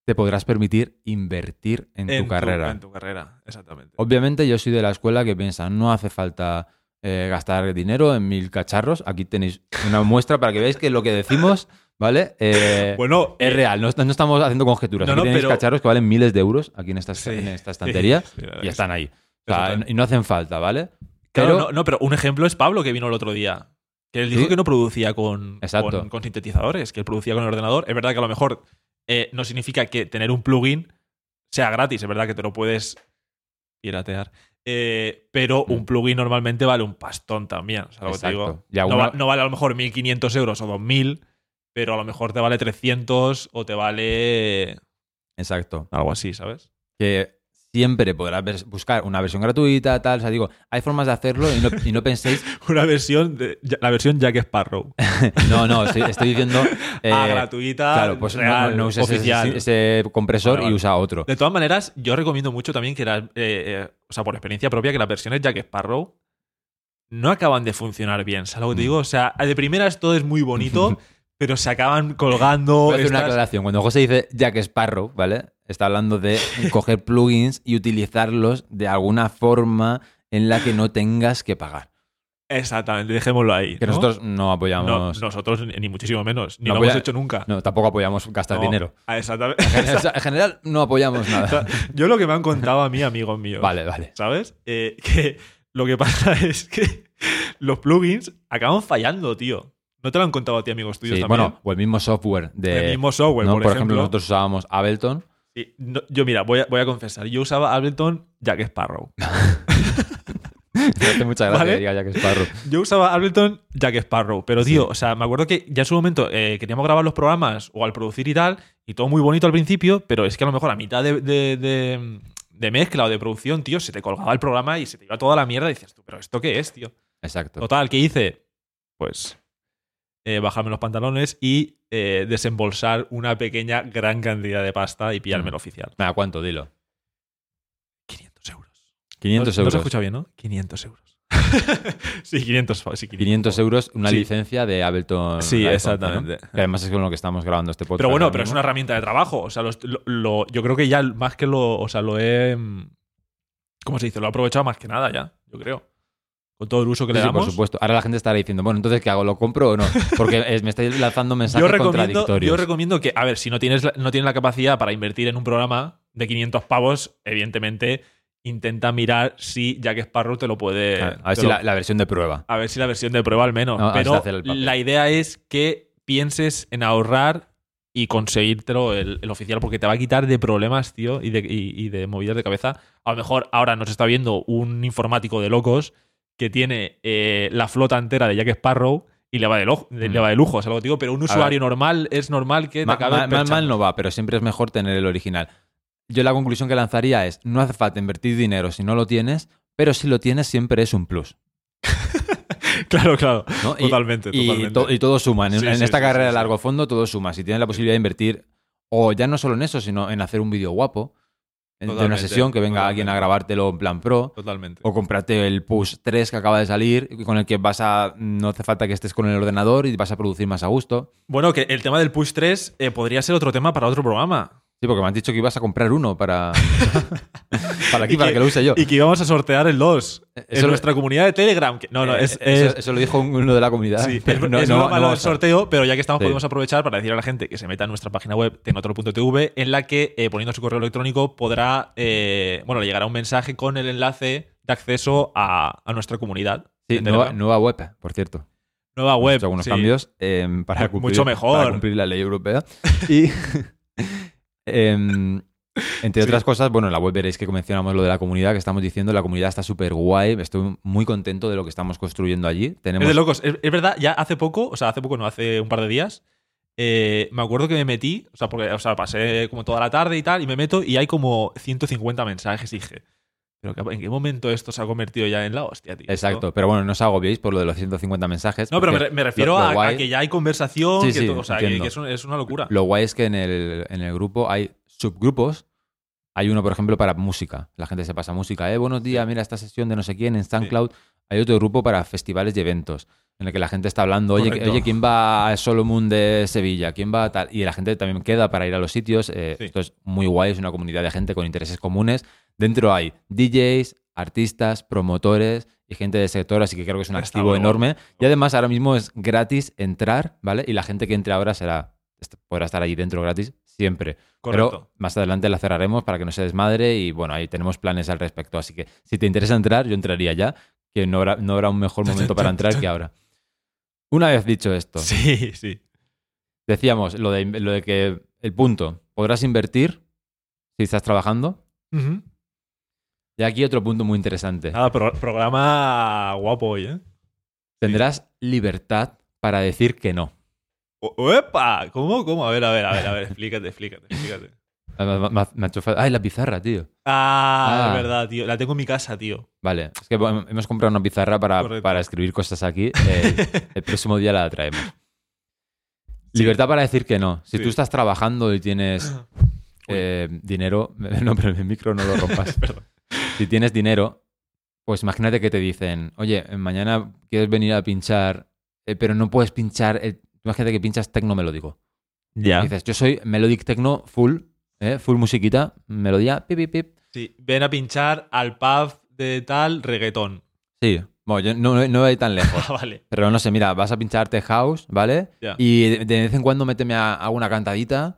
Speaker 1: te podrás permitir invertir en, tu carrera.
Speaker 3: en tu carrera, exactamente.
Speaker 1: Obviamente yo soy de la escuela que piensa, no hace falta eh, gastar dinero en mil cacharros. Aquí tenéis una muestra para que veáis que lo que decimos, ¿vale? Eh,
Speaker 3: Bueno,
Speaker 1: es real, no, est- no estamos haciendo conjeturas.
Speaker 3: No,
Speaker 1: Aquí
Speaker 3: no,
Speaker 1: tenéis
Speaker 3: pero-
Speaker 1: cacharros que valen miles de euros aquí en esta,
Speaker 3: Sí.
Speaker 1: en
Speaker 3: <laughs>
Speaker 1: esta estantería
Speaker 3: Sí, la
Speaker 1: y
Speaker 3: verdad que
Speaker 1: están ahí. O
Speaker 3: Eso
Speaker 1: sea,
Speaker 3: tal.
Speaker 1: y no hacen falta, ¿vale?
Speaker 3: Claro,
Speaker 1: Pero-
Speaker 3: no, no, pero un ejemplo es Pablo que vino el otro día. Que él dijo
Speaker 1: Sí.
Speaker 3: que no producía con,
Speaker 1: Exacto.
Speaker 3: con, con sintetizadores, que él producía con el ordenador. Es verdad que a lo mejor eh, no significa que tener un plugin sea gratis, es verdad que te lo puedes piratear. Eh, pero
Speaker 1: Mm.
Speaker 3: un plugin normalmente vale un pastón también. ¿sabes lo que te digo?
Speaker 1: Exacto. Y a
Speaker 3: No,
Speaker 1: una-
Speaker 3: va- no vale a lo mejor 1.500 euros o 2.000, pero a lo mejor te vale 300 o te vale
Speaker 1: Exacto.
Speaker 3: algo así, ¿sabes?
Speaker 1: Que siempre podrás vers- buscar una versión gratuita, tal. O sea, digo, hay formas de hacerlo y no, y no penséis.
Speaker 3: Una versión, de- ya- la versión Jack Sparrow.
Speaker 1: No, no, estoy, estoy diciendo. eh,
Speaker 3: <laughs> ah, gratuita.
Speaker 1: Claro, pues no-
Speaker 3: real,
Speaker 1: no, no uses
Speaker 3: oficial.
Speaker 1: ese, ese compresor
Speaker 3: Vale, vale.
Speaker 1: y usa otro.
Speaker 3: De todas maneras, yo recomiendo mucho también que las, eh, eh, o sea, por experiencia propia, que las versiones Jack Sparrow no acaban de funcionar bien. ¿Sabes lo que te
Speaker 1: Mm.
Speaker 3: digo? O sea, de primeras todo es muy bonito,
Speaker 1: <laughs>
Speaker 3: pero se acaban colgando.
Speaker 1: Voy a hacer una
Speaker 3: estas-
Speaker 1: aclaración. Cuando José dice Jack Sparrow, ¿vale? Está hablando de coger plugins y utilizarlos de alguna forma en la que no tengas que pagar.
Speaker 3: Exactamente, dejémoslo ahí.
Speaker 1: Que
Speaker 3: ¿no?
Speaker 1: nosotros no
Speaker 3: No,
Speaker 1: apoyamos. No,
Speaker 3: nosotros ni, ni muchísimo menos, ni
Speaker 1: No
Speaker 3: lo hemos
Speaker 1: apoya-
Speaker 3: hecho nunca.
Speaker 1: tampoco apoyamos gastar
Speaker 3: No,
Speaker 1: dinero.
Speaker 3: ah, Exactamente. <laughs>
Speaker 1: En general- en general, no apoyamos nada.
Speaker 3: Yo lo que me han contado a mí, amigos
Speaker 1: <laughs>
Speaker 3: míos.
Speaker 1: Vale, vale.
Speaker 3: ¿Sabes? Eh, que lo que pasa <laughs> es que los plugins acaban fallando, tío. No te lo han contado a ti, amigos tuyos
Speaker 1: Sí,
Speaker 3: también.
Speaker 1: bueno, o el mismo software de.
Speaker 3: el mismo software,
Speaker 1: ¿no?
Speaker 3: por, ejemplo.
Speaker 1: nosotros usábamos
Speaker 3: <laughs>
Speaker 1: Ableton.
Speaker 3: Sí, no, yo, mira, voy a, voy a confesar. Yo usaba Ableton Jack Sparrow.
Speaker 1: Me hace mucha gracia
Speaker 3: Vale.
Speaker 1: que diga Jack Sparrow.
Speaker 3: Yo usaba Ableton Jack Sparrow. Pero, tío, o sea, me acuerdo que ya en su momento eh, queríamos grabar los programas o al producir y tal, y todo muy bonito al principio, pero es que a lo mejor a mitad de, de- de- de mezcla o de producción, tío, se te colgaba el programa y se te iba toda la mierda y dices, tú, pero ¿esto qué es, tío?
Speaker 1: Exacto.
Speaker 3: Total, ¿qué hice? Pues eh, bajarme los pantalones y eh, desembolsar una pequeña, gran cantidad de pasta y pillarme
Speaker 1: Mm.
Speaker 3: el oficial.
Speaker 1: Nada, ¿cuánto? Dilo.
Speaker 3: 500 euros.
Speaker 1: 500
Speaker 3: No- No
Speaker 1: euros.
Speaker 3: se escucha bien, ¿no? 500 euros. <laughs> sí, 500. fa- Sí, 500.
Speaker 1: 500 euros, una
Speaker 3: Sí.
Speaker 1: licencia de Ableton.
Speaker 3: Sí,
Speaker 1: Live,
Speaker 3: exactamente.
Speaker 1: ¿no? Que además es con lo que estamos grabando este podcast.
Speaker 3: Pero bueno,
Speaker 1: ahora
Speaker 3: pero es
Speaker 1: mismo.
Speaker 3: una herramienta de trabajo. O sea, los- lo- lo- yo creo que ya más que lo. O sea, lo he. mm, ¿Cómo se dice? Lo he aprovechado más que nada ya, yo creo. Con todo el uso que
Speaker 1: Sí,
Speaker 3: le
Speaker 1: sí,
Speaker 3: damos.
Speaker 1: por supuesto. Ahora la gente estará diciendo, bueno, entonces, ¿qué hago? ¿Lo compro o no? Porque es- me estáis lanzando mensajes
Speaker 3: yo recomiendo,
Speaker 1: contradictorios.
Speaker 3: yo recomiendo que, a ver, si no tienes, la- no tienes la capacidad para invertir en un programa de 500 pavos, evidentemente intenta mirar si Jack Sparrow te lo puede.
Speaker 1: a ver
Speaker 3: te
Speaker 1: si
Speaker 3: lo-
Speaker 1: la, la versión de prueba.
Speaker 3: a ver si la versión de prueba al menos.
Speaker 1: No, a ver si
Speaker 3: Pero
Speaker 1: hace el papel.
Speaker 3: la idea es que pienses en ahorrar y conseguírtelo el, el oficial, porque te va a quitar de problemas, tío, y de, y- y de movidas de cabeza. A lo mejor ahora nos está viendo un informático de locos que tiene eh, la flota entera de Jack Sparrow y le va de, lo- le-
Speaker 1: Mm.
Speaker 3: le va de lujo, es algo que digo, pero un usuario normal es normal que te
Speaker 1: Ma-
Speaker 3: acabe
Speaker 1: ma- mal,
Speaker 3: perchando.
Speaker 1: mal no va, pero siempre es mejor tener el original. Yo la conclusión que lanzaría es, no hace falta invertir dinero si no lo tienes, pero si lo tienes siempre es un plus.
Speaker 3: <laughs> Claro, claro.
Speaker 1: ¿no? Y-
Speaker 3: totalmente,
Speaker 1: Y,
Speaker 3: totalmente.
Speaker 1: to- y todo suma. En,
Speaker 3: Sí,
Speaker 1: en
Speaker 3: sí,
Speaker 1: esta
Speaker 3: sí,
Speaker 1: carrera
Speaker 3: sí,
Speaker 1: de
Speaker 3: sí.
Speaker 1: largo fondo, todo suma. Si tienes la posibilidad de invertir, o ya no solo en eso, sino en hacer un vídeo guapo, en de una
Speaker 3: Totalmente,
Speaker 1: sesión que venga alguien a
Speaker 3: totalmente.
Speaker 1: grabártelo en plan pro,
Speaker 3: Totalmente.
Speaker 1: o comprarte el Push 3 que acaba de salir, con el que vas a. No hace falta que estés con el ordenador y vas a producir más a gusto.
Speaker 3: Bueno, que el tema del push 3 eh, podría ser otro tema para otro programa.
Speaker 1: Sí, porque me han dicho que ibas a comprar uno
Speaker 3: <laughs>
Speaker 1: para. para aquí,
Speaker 3: Y
Speaker 1: para que lo use yo.
Speaker 3: Y que íbamos a sortear el 2
Speaker 1: Eh, Eso
Speaker 3: en
Speaker 1: lo-
Speaker 3: nuestra comunidad de Telegram. que- no, no,
Speaker 1: Eh,
Speaker 3: es,
Speaker 1: eso,
Speaker 3: es-
Speaker 1: eso lo dijo uno de la comunidad.
Speaker 3: sí,
Speaker 1: <laughs> pero
Speaker 3: es-
Speaker 1: no,
Speaker 3: es
Speaker 1: no-
Speaker 3: lo
Speaker 1: no
Speaker 3: malo del
Speaker 1: vamos a-
Speaker 3: sorteo, pero ya que estamos,
Speaker 1: Sí.
Speaker 3: podemos aprovechar para decir a la gente que se meta en nuestra página web, tenotro.tv, en la que eh, poniendo su correo electrónico podrá, eh, bueno, le llegará un mensaje con el enlace de acceso a, a nuestra comunidad.
Speaker 1: Sí,
Speaker 3: de
Speaker 1: nueva,
Speaker 3: Telegram.
Speaker 1: nueva web, por cierto.
Speaker 3: Nueva
Speaker 1: Hemos
Speaker 3: web.
Speaker 1: hecho algunos
Speaker 3: sí.
Speaker 1: cambios eh, para,
Speaker 3: Mucho
Speaker 1: cumplir,
Speaker 3: mejor.
Speaker 1: para cumplir la ley europea. Y, <laughs> em, entre
Speaker 3: Sí.
Speaker 1: otras cosas, bueno, en la web veréis que mencionamos lo de la comunidad, que estamos diciendo, la comunidad está súper guay, estoy muy contento de lo que estamos construyendo allí. Tenemos,
Speaker 3: Es de locos. Es, es verdad, ya hace poco, o sea, hace poco, no, hace un par de días, eh, me acuerdo que me metí, o sea, porque, o sea, pasé como toda la tarde y tal, y me meto y hay como 150 mensajes. Y dije, ¿pero que- en qué momento esto se ha convertido ya en la hostia, tío?
Speaker 1: exacto, pero bueno, no os agobiéis por lo de los 150 mensajes.
Speaker 3: No, pero me,
Speaker 1: porque
Speaker 3: re- me refiero
Speaker 1: lo- lo
Speaker 3: a- a,
Speaker 1: guay-
Speaker 3: que ya hay conversación,
Speaker 1: Sí,
Speaker 3: que
Speaker 1: sí,
Speaker 3: todo- o sea, que-
Speaker 1: entiendo.
Speaker 3: que es, un- es una locura.
Speaker 1: Lo guay es que en el, en el grupo hay subgrupos. Hay uno, por ejemplo, para música. La gente se pasa música. Eh, buenos días, mira esta sesión de no sé quién en SoundCloud. Hay otro grupo para festivales y eventos, en el que la gente está hablando. Oye,
Speaker 3: Correcto.
Speaker 1: oye ¿quién va a Solomon de Sevilla? ¿Quién va a tal? Y la gente también queda para ir a los sitios. eh,
Speaker 3: Sí.
Speaker 1: Esto es muy guay, es una comunidad de gente con intereses comunes. Dentro hay DJs, artistas, promotores y gente del sector, así que creo que es un
Speaker 3: Está
Speaker 1: activo
Speaker 3: muy guay.
Speaker 1: enorme. Y además ahora mismo es gratis entrar, ¿vale? Y la gente que entre ahora será est- podrá estar allí dentro gratis siempre. Pero
Speaker 3: Correcto.
Speaker 1: más adelante la cerraremos para que no se desmadre y bueno, ahí tenemos planes al respecto. Así que si te interesa entrar, yo entraría ya, que no habrá, no habrá un
Speaker 3: <laughs>
Speaker 1: mejor momento para entrar que ahora. Una vez dicho esto,
Speaker 3: sí, sí.
Speaker 1: decíamos lo de, lo de que el punto, podrás invertir si estás trabajando.
Speaker 3: Ujú.
Speaker 1: Y aquí otro punto muy interesante.
Speaker 3: Nada, pro- programa guapo hoy, ¿eh?
Speaker 1: Tendrás libertad para decir que no.
Speaker 3: O- ¡Epa! ¿Cómo? ¿Cómo? A ver, a ver, a ver, a ver, explícate, explícate, explícate.
Speaker 1: Ah, Me- me- me- me ha hecho falta- Ay, la pizarra, tío.
Speaker 3: Ah,
Speaker 1: Ah.
Speaker 3: es verdad, tío. La tengo en mi casa, tío.
Speaker 1: Vale, es que bueno, hemos comprado una pizarra para,
Speaker 3: Correcto.
Speaker 1: para escribir cosas
Speaker 3: <laughs>
Speaker 1: aquí. eh, el próximo día la traemos. Libertad para decir que no. Si
Speaker 3: Sí.
Speaker 1: tú estás trabajando y tienes eh, dinero, <laughs> no, pero el micro no lo rompas.
Speaker 3: <laughs> Perdón.
Speaker 1: si tienes dinero, pues imagínate que te dicen, oye, mañana quieres venir a pinchar, eh, pero no puedes pinchar, eh, imagínate que pinchas tecno melódico.
Speaker 3: Ya.
Speaker 1: Dices, yo soy melodic techno full, eh, full musiquita, melodía, pip, pip, pip.
Speaker 3: Sí, ven a pinchar al pub de tal reggaetón. <laughs>
Speaker 1: Sí, Bueno, yo no, no voy a ir tan lejos. <laughs>
Speaker 3: Ah, vale.
Speaker 1: Pero no sé, mira, vas a pincharte house, ¿vale?
Speaker 3: Ya.
Speaker 1: Y de, de vez en cuando méteme a, a una cantadita,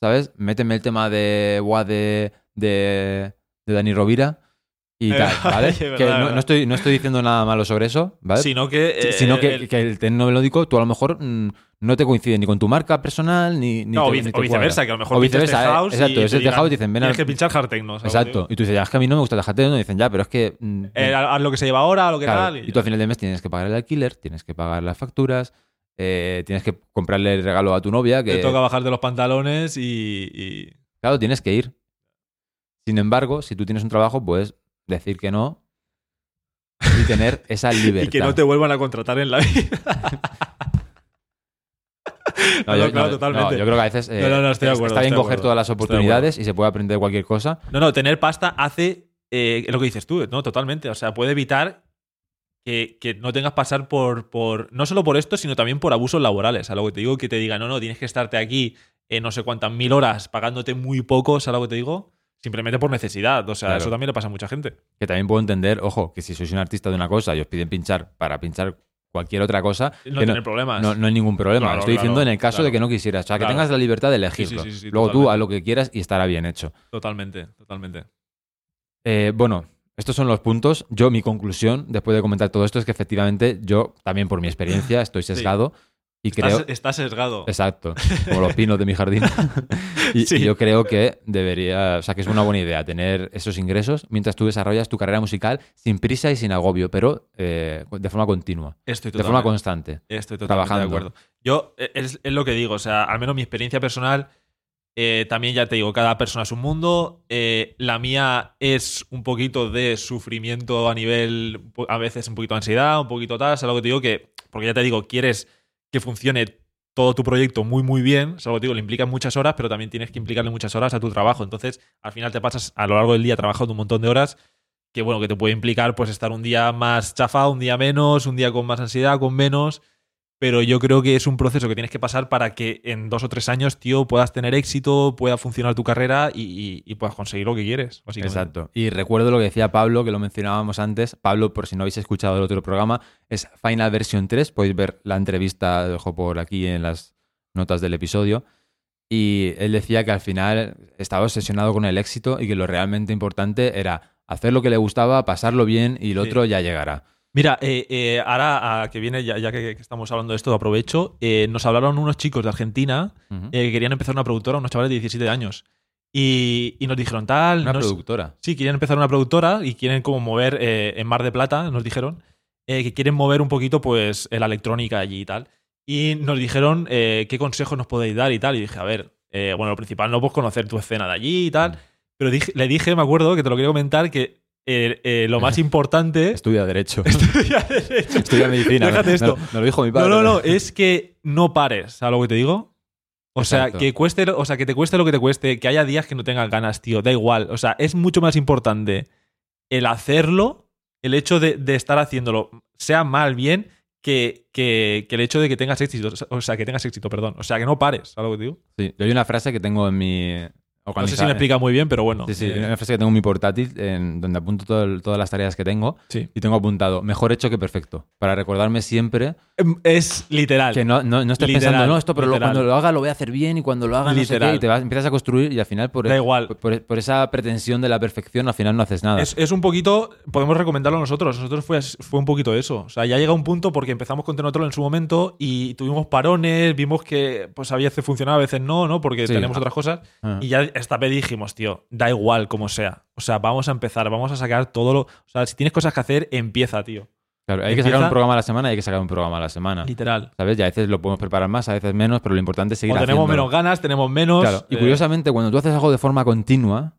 Speaker 1: ¿sabes? Méteme el tema de Gua de, de, de Dani Rovira y
Speaker 3: Eh,
Speaker 1: tal,
Speaker 3: <laughs>
Speaker 1: ¿vale?
Speaker 3: es verdad,
Speaker 1: que no- no,
Speaker 3: verdad.
Speaker 1: estoy, no estoy diciendo nada malo sobre eso, ¿vale?
Speaker 3: Sino que.
Speaker 1: Si-
Speaker 3: eh,
Speaker 1: sino que que
Speaker 3: el-
Speaker 1: el, tecno melódico, tú a lo mejor mm, no te coincide ni con tu marca personal, ni, ni
Speaker 3: no, o
Speaker 1: te-
Speaker 3: vice-
Speaker 1: ni te
Speaker 3: o viceversa,
Speaker 1: cuadra.
Speaker 3: que a lo mejor
Speaker 1: O
Speaker 3: pinchas
Speaker 1: viceversa,
Speaker 3: The
Speaker 1: eh,
Speaker 3: House y
Speaker 1: exacto,
Speaker 3: te
Speaker 1: es el The
Speaker 3: digan,
Speaker 1: House, dicen, ven,
Speaker 3: Tienes
Speaker 1: a-
Speaker 3: que pinchar hard techno", o sea,
Speaker 1: Exacto.
Speaker 3: como
Speaker 1: Y tú dices, ya, es que a mí no me gusta el jateo, no dicen, ya, pero es que... mm,
Speaker 3: te digo, eh, a, a lo que se lleva ahora, a lo que
Speaker 1: Claro,
Speaker 3: tal.
Speaker 1: y tú al final de mes tienes que pagar el alquiler, tienes que pagar las facturas, eh, tienes que comprarle el regalo a tu novia,
Speaker 3: Te
Speaker 1: que
Speaker 3: toca bajarte los pantalones y. y-
Speaker 1: claro, tienes que ir. Sin embargo, si tú tienes un trabajo, puedes decir que no y tener
Speaker 3: <laughs>
Speaker 1: esa libertad.
Speaker 3: y que no te vuelvan a contratar en la <laughs> vida.
Speaker 1: No,
Speaker 3: No, claro,
Speaker 1: no,
Speaker 3: totalmente.
Speaker 1: no, yo creo que a veces eh,
Speaker 3: No, no, no, estoy de
Speaker 1: es-
Speaker 3: acuerdo,
Speaker 1: está bien
Speaker 3: estoy de
Speaker 1: coger
Speaker 3: acuerdo.
Speaker 1: todas las
Speaker 3: Estoy de
Speaker 1: oportunidades y se puede aprender cualquier cosa.
Speaker 3: No, no, tener pasta hace eh, lo que dices tú, ¿no? Totalmente. O sea, puede evitar que, que no tengas que pasar por, por. No solo por esto, sino también por abusos laborales. A lo que te digo, que te digan, no, no, tienes que estarte aquí eh, no sé cuántas mil horas pagándote muy poco, ¿sabes lo que te digo? Simplemente por necesidad. O sea,
Speaker 1: Claro.
Speaker 3: eso también le pasa a mucha gente.
Speaker 1: Que también puedo entender, ojo, que si sois un artista de una cosa y os piden pinchar para pinchar cualquier otra cosa, que
Speaker 3: No
Speaker 1: no-
Speaker 3: tener problemas.
Speaker 1: No, no hay ningún problema.
Speaker 3: Ah, Claro,
Speaker 1: Lo estoy diciendo
Speaker 3: claro,
Speaker 1: en el caso
Speaker 3: claro.
Speaker 1: de que no quisieras. O sea, que
Speaker 3: Claro.
Speaker 1: tengas la libertad de elegirlo.
Speaker 3: Sí, sí, sí, sí,
Speaker 1: Luego tú
Speaker 3: totalmente.
Speaker 1: haz lo que quieras y estará bien hecho.
Speaker 3: Totalmente, totalmente.
Speaker 1: Eh, bueno, estos son los puntos. Yo, mi conclusión, después de comentar todo esto, es que efectivamente yo, también por mi experiencia, estoy sesgado y creo...
Speaker 3: Estás, estás sesgado.
Speaker 1: Exacto, como los pinos de mi
Speaker 3: <laughs>
Speaker 1: jardín. y,
Speaker 3: Sí.
Speaker 1: y yo creo que debería, o sea, que es una buena idea tener esos ingresos mientras tú desarrollas tu carrera musical sin prisa y sin agobio, pero eh, de forma continua,
Speaker 3: Estoy
Speaker 1: de forma
Speaker 3: totalmente-
Speaker 1: constante.
Speaker 3: Estoy totalmente
Speaker 1: Trabajando.
Speaker 3: de acuerdo. Yo, eh, es, es lo que digo, o sea, al menos mi experiencia personal, eh, también ya te digo, cada persona es un mundo. eh, la mía es un poquito de sufrimiento a nivel, po- a veces un poquito de ansiedad, un poquito tal, es algo que te digo que, porque ya te digo, quieres que funcione todo tu proyecto muy, muy bien, es algo que te digo, le implicas muchas horas, pero también tienes que implicarle muchas horas a tu trabajo. Entonces, al final te pasas a lo largo del día trabajando un montón de horas que bueno, que te puede implicar pues estar un día más chafa, un día menos, un día con más ansiedad, con menos, pero yo creo que es un proceso que tienes que pasar para que en dos o tres años, tío, puedas tener éxito, pueda funcionar tu carrera y, y- y puedas conseguir lo que quieres, básicamente.
Speaker 1: Exacto. Y recuerdo lo que decía Pablo, que lo mencionábamos antes. Pablo, por si no habéis escuchado el otro programa, es Final Version 3. Podéis ver la entrevista, lo dejo por aquí en las notas del episodio. Y él decía que al final estaba obsesionado con el éxito y que lo realmente importante era hacer lo que le gustaba, pasarlo bien y lo
Speaker 3: Sí.
Speaker 1: otro ya llegará.
Speaker 3: Mira, eh, eh, ahora a que viene, ya, ya que, que estamos hablando de esto, aprovecho, eh, nos hablaron unos chicos de Argentina
Speaker 1: Ujú.
Speaker 3: eh, que querían empezar una productora, unos chavales de 17 años. Y, y nos dijeron tal,
Speaker 1: Una
Speaker 3: no sé- <laughs>
Speaker 1: productora.
Speaker 3: Sí, quieren empezar una productora y quieren como mover eh, en Mar de Plata, nos dijeron, eh, que quieren mover un poquito pues eh, la electrónica allí y tal. Y nos dijeron eh, qué consejos nos podéis dar y tal. Y dije, a ver, eh, bueno, lo principal no puedes conocer tu escena de allí y tal. Pero dije- le dije, me acuerdo, que te lo quería comentar, que eh, eh, lo más importante...
Speaker 1: Estudia Derecho. Estudia Medicina.
Speaker 3: <laughs> Déjate
Speaker 1: Me-
Speaker 3: esto.
Speaker 1: Me, me lo dijo mi
Speaker 3: No,
Speaker 1: padre.
Speaker 3: no, no, es que no pares, ¿sabes lo que te digo? O sea,
Speaker 1: Exacto.
Speaker 3: que cueste, lo- o sea, que te cueste lo que te cueste, que haya días que no tengas ganas, tío, da igual. O sea, es mucho más importante el hacerlo, el hecho de, de estar haciéndolo, sea mal, bien, que, que- que el hecho de que tengas éxito. O sea, que tengas éxito, perdón. O sea, que no pares, ¿sabes lo que te digo?
Speaker 1: Sí, yo hay una frase que tengo en mi...
Speaker 3: No sé si me
Speaker 1: organiza-
Speaker 3: explica muy bien, pero bueno.
Speaker 1: Sí, sí,
Speaker 3: Eh,
Speaker 1: una frase que tengo en mi portátil, en donde apunto todo el- todas las tareas que tengo.
Speaker 3: sí.
Speaker 1: Y tengo apuntado, mejor hecho que perfecto. Para recordarme siempre
Speaker 3: Em, Es literal.
Speaker 1: que no, no, no estés
Speaker 3: Literal,
Speaker 1: pensando, no, esto, pero lo-
Speaker 3: literal.
Speaker 1: cuando lo haga lo voy a hacer bien y cuando lo haga no sé qué",
Speaker 3: Literal.
Speaker 1: y te vas- empiezas a construir y al final por, e-,
Speaker 3: Da igual.
Speaker 1: por, por esa pretensión de la perfección al final no haces nada.
Speaker 3: Es, es un poquito, podemos recomendarlo nosotros. Nosotros fue, as- fue un poquito eso. O sea, ya llega un punto porque empezamos con Tenotrol en su momento y tuvimos parones, vimos que pues a veces funcionaba, a veces no, ¿no? Porque
Speaker 1: Sí.
Speaker 3: teníamos otras cosas.
Speaker 1: Ah.
Speaker 3: Y ya esta vez dijimos, tío, da igual como sea. O sea, vamos a empezar, vamos a sacar todo lo. O sea, si tienes cosas que hacer, empieza, tío.
Speaker 1: Claro, hay que
Speaker 3: empieza-
Speaker 1: sacar un programa a la semana y hay que sacar un programa a la semana.
Speaker 3: Literal.
Speaker 1: ¿Sabes? Y a veces lo podemos preparar más, a veces menos, pero lo importante es
Speaker 3: O
Speaker 1: seguir
Speaker 3: tenemos
Speaker 1: haciéndolo.
Speaker 3: menos ganas, tenemos menos.
Speaker 1: Claro, y
Speaker 3: eh, <laughs>
Speaker 1: curiosamente, cuando tú haces algo de forma continua,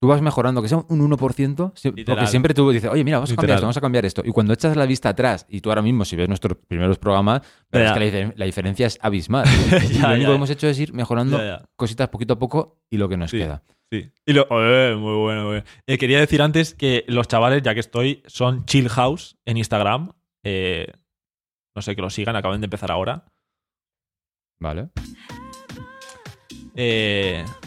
Speaker 1: tú vas mejorando, que sea un 1%, si- porque
Speaker 3: Literal.
Speaker 1: siempre tú dices, oye, mira, vamos a cambiar
Speaker 3: Literal.
Speaker 1: esto, vamos a cambiar esto. Y cuando echas la vista atrás, y tú ahora mismo, si ves nuestros primeros programas, verás
Speaker 3: Ya.
Speaker 1: que la, difer- la diferencia es
Speaker 3: <laughs>
Speaker 1: abismal. y
Speaker 3: Ya,
Speaker 1: lo único
Speaker 3: ya,
Speaker 1: que
Speaker 3: ya.
Speaker 1: hemos hecho es ir mejorando
Speaker 3: Ya, ya.
Speaker 1: cositas poquito a poco y lo que nos
Speaker 3: Sí.
Speaker 1: queda.
Speaker 3: Sí. Y lo, eh, muy bueno, muy bueno. Eh, quería decir antes que los chavales, ya que estoy, son Chill House en Instagram. Eh, no sé que lo sigan, acaban de empezar ahora.
Speaker 1: ¿Vale?
Speaker 3: Eh, <laughs>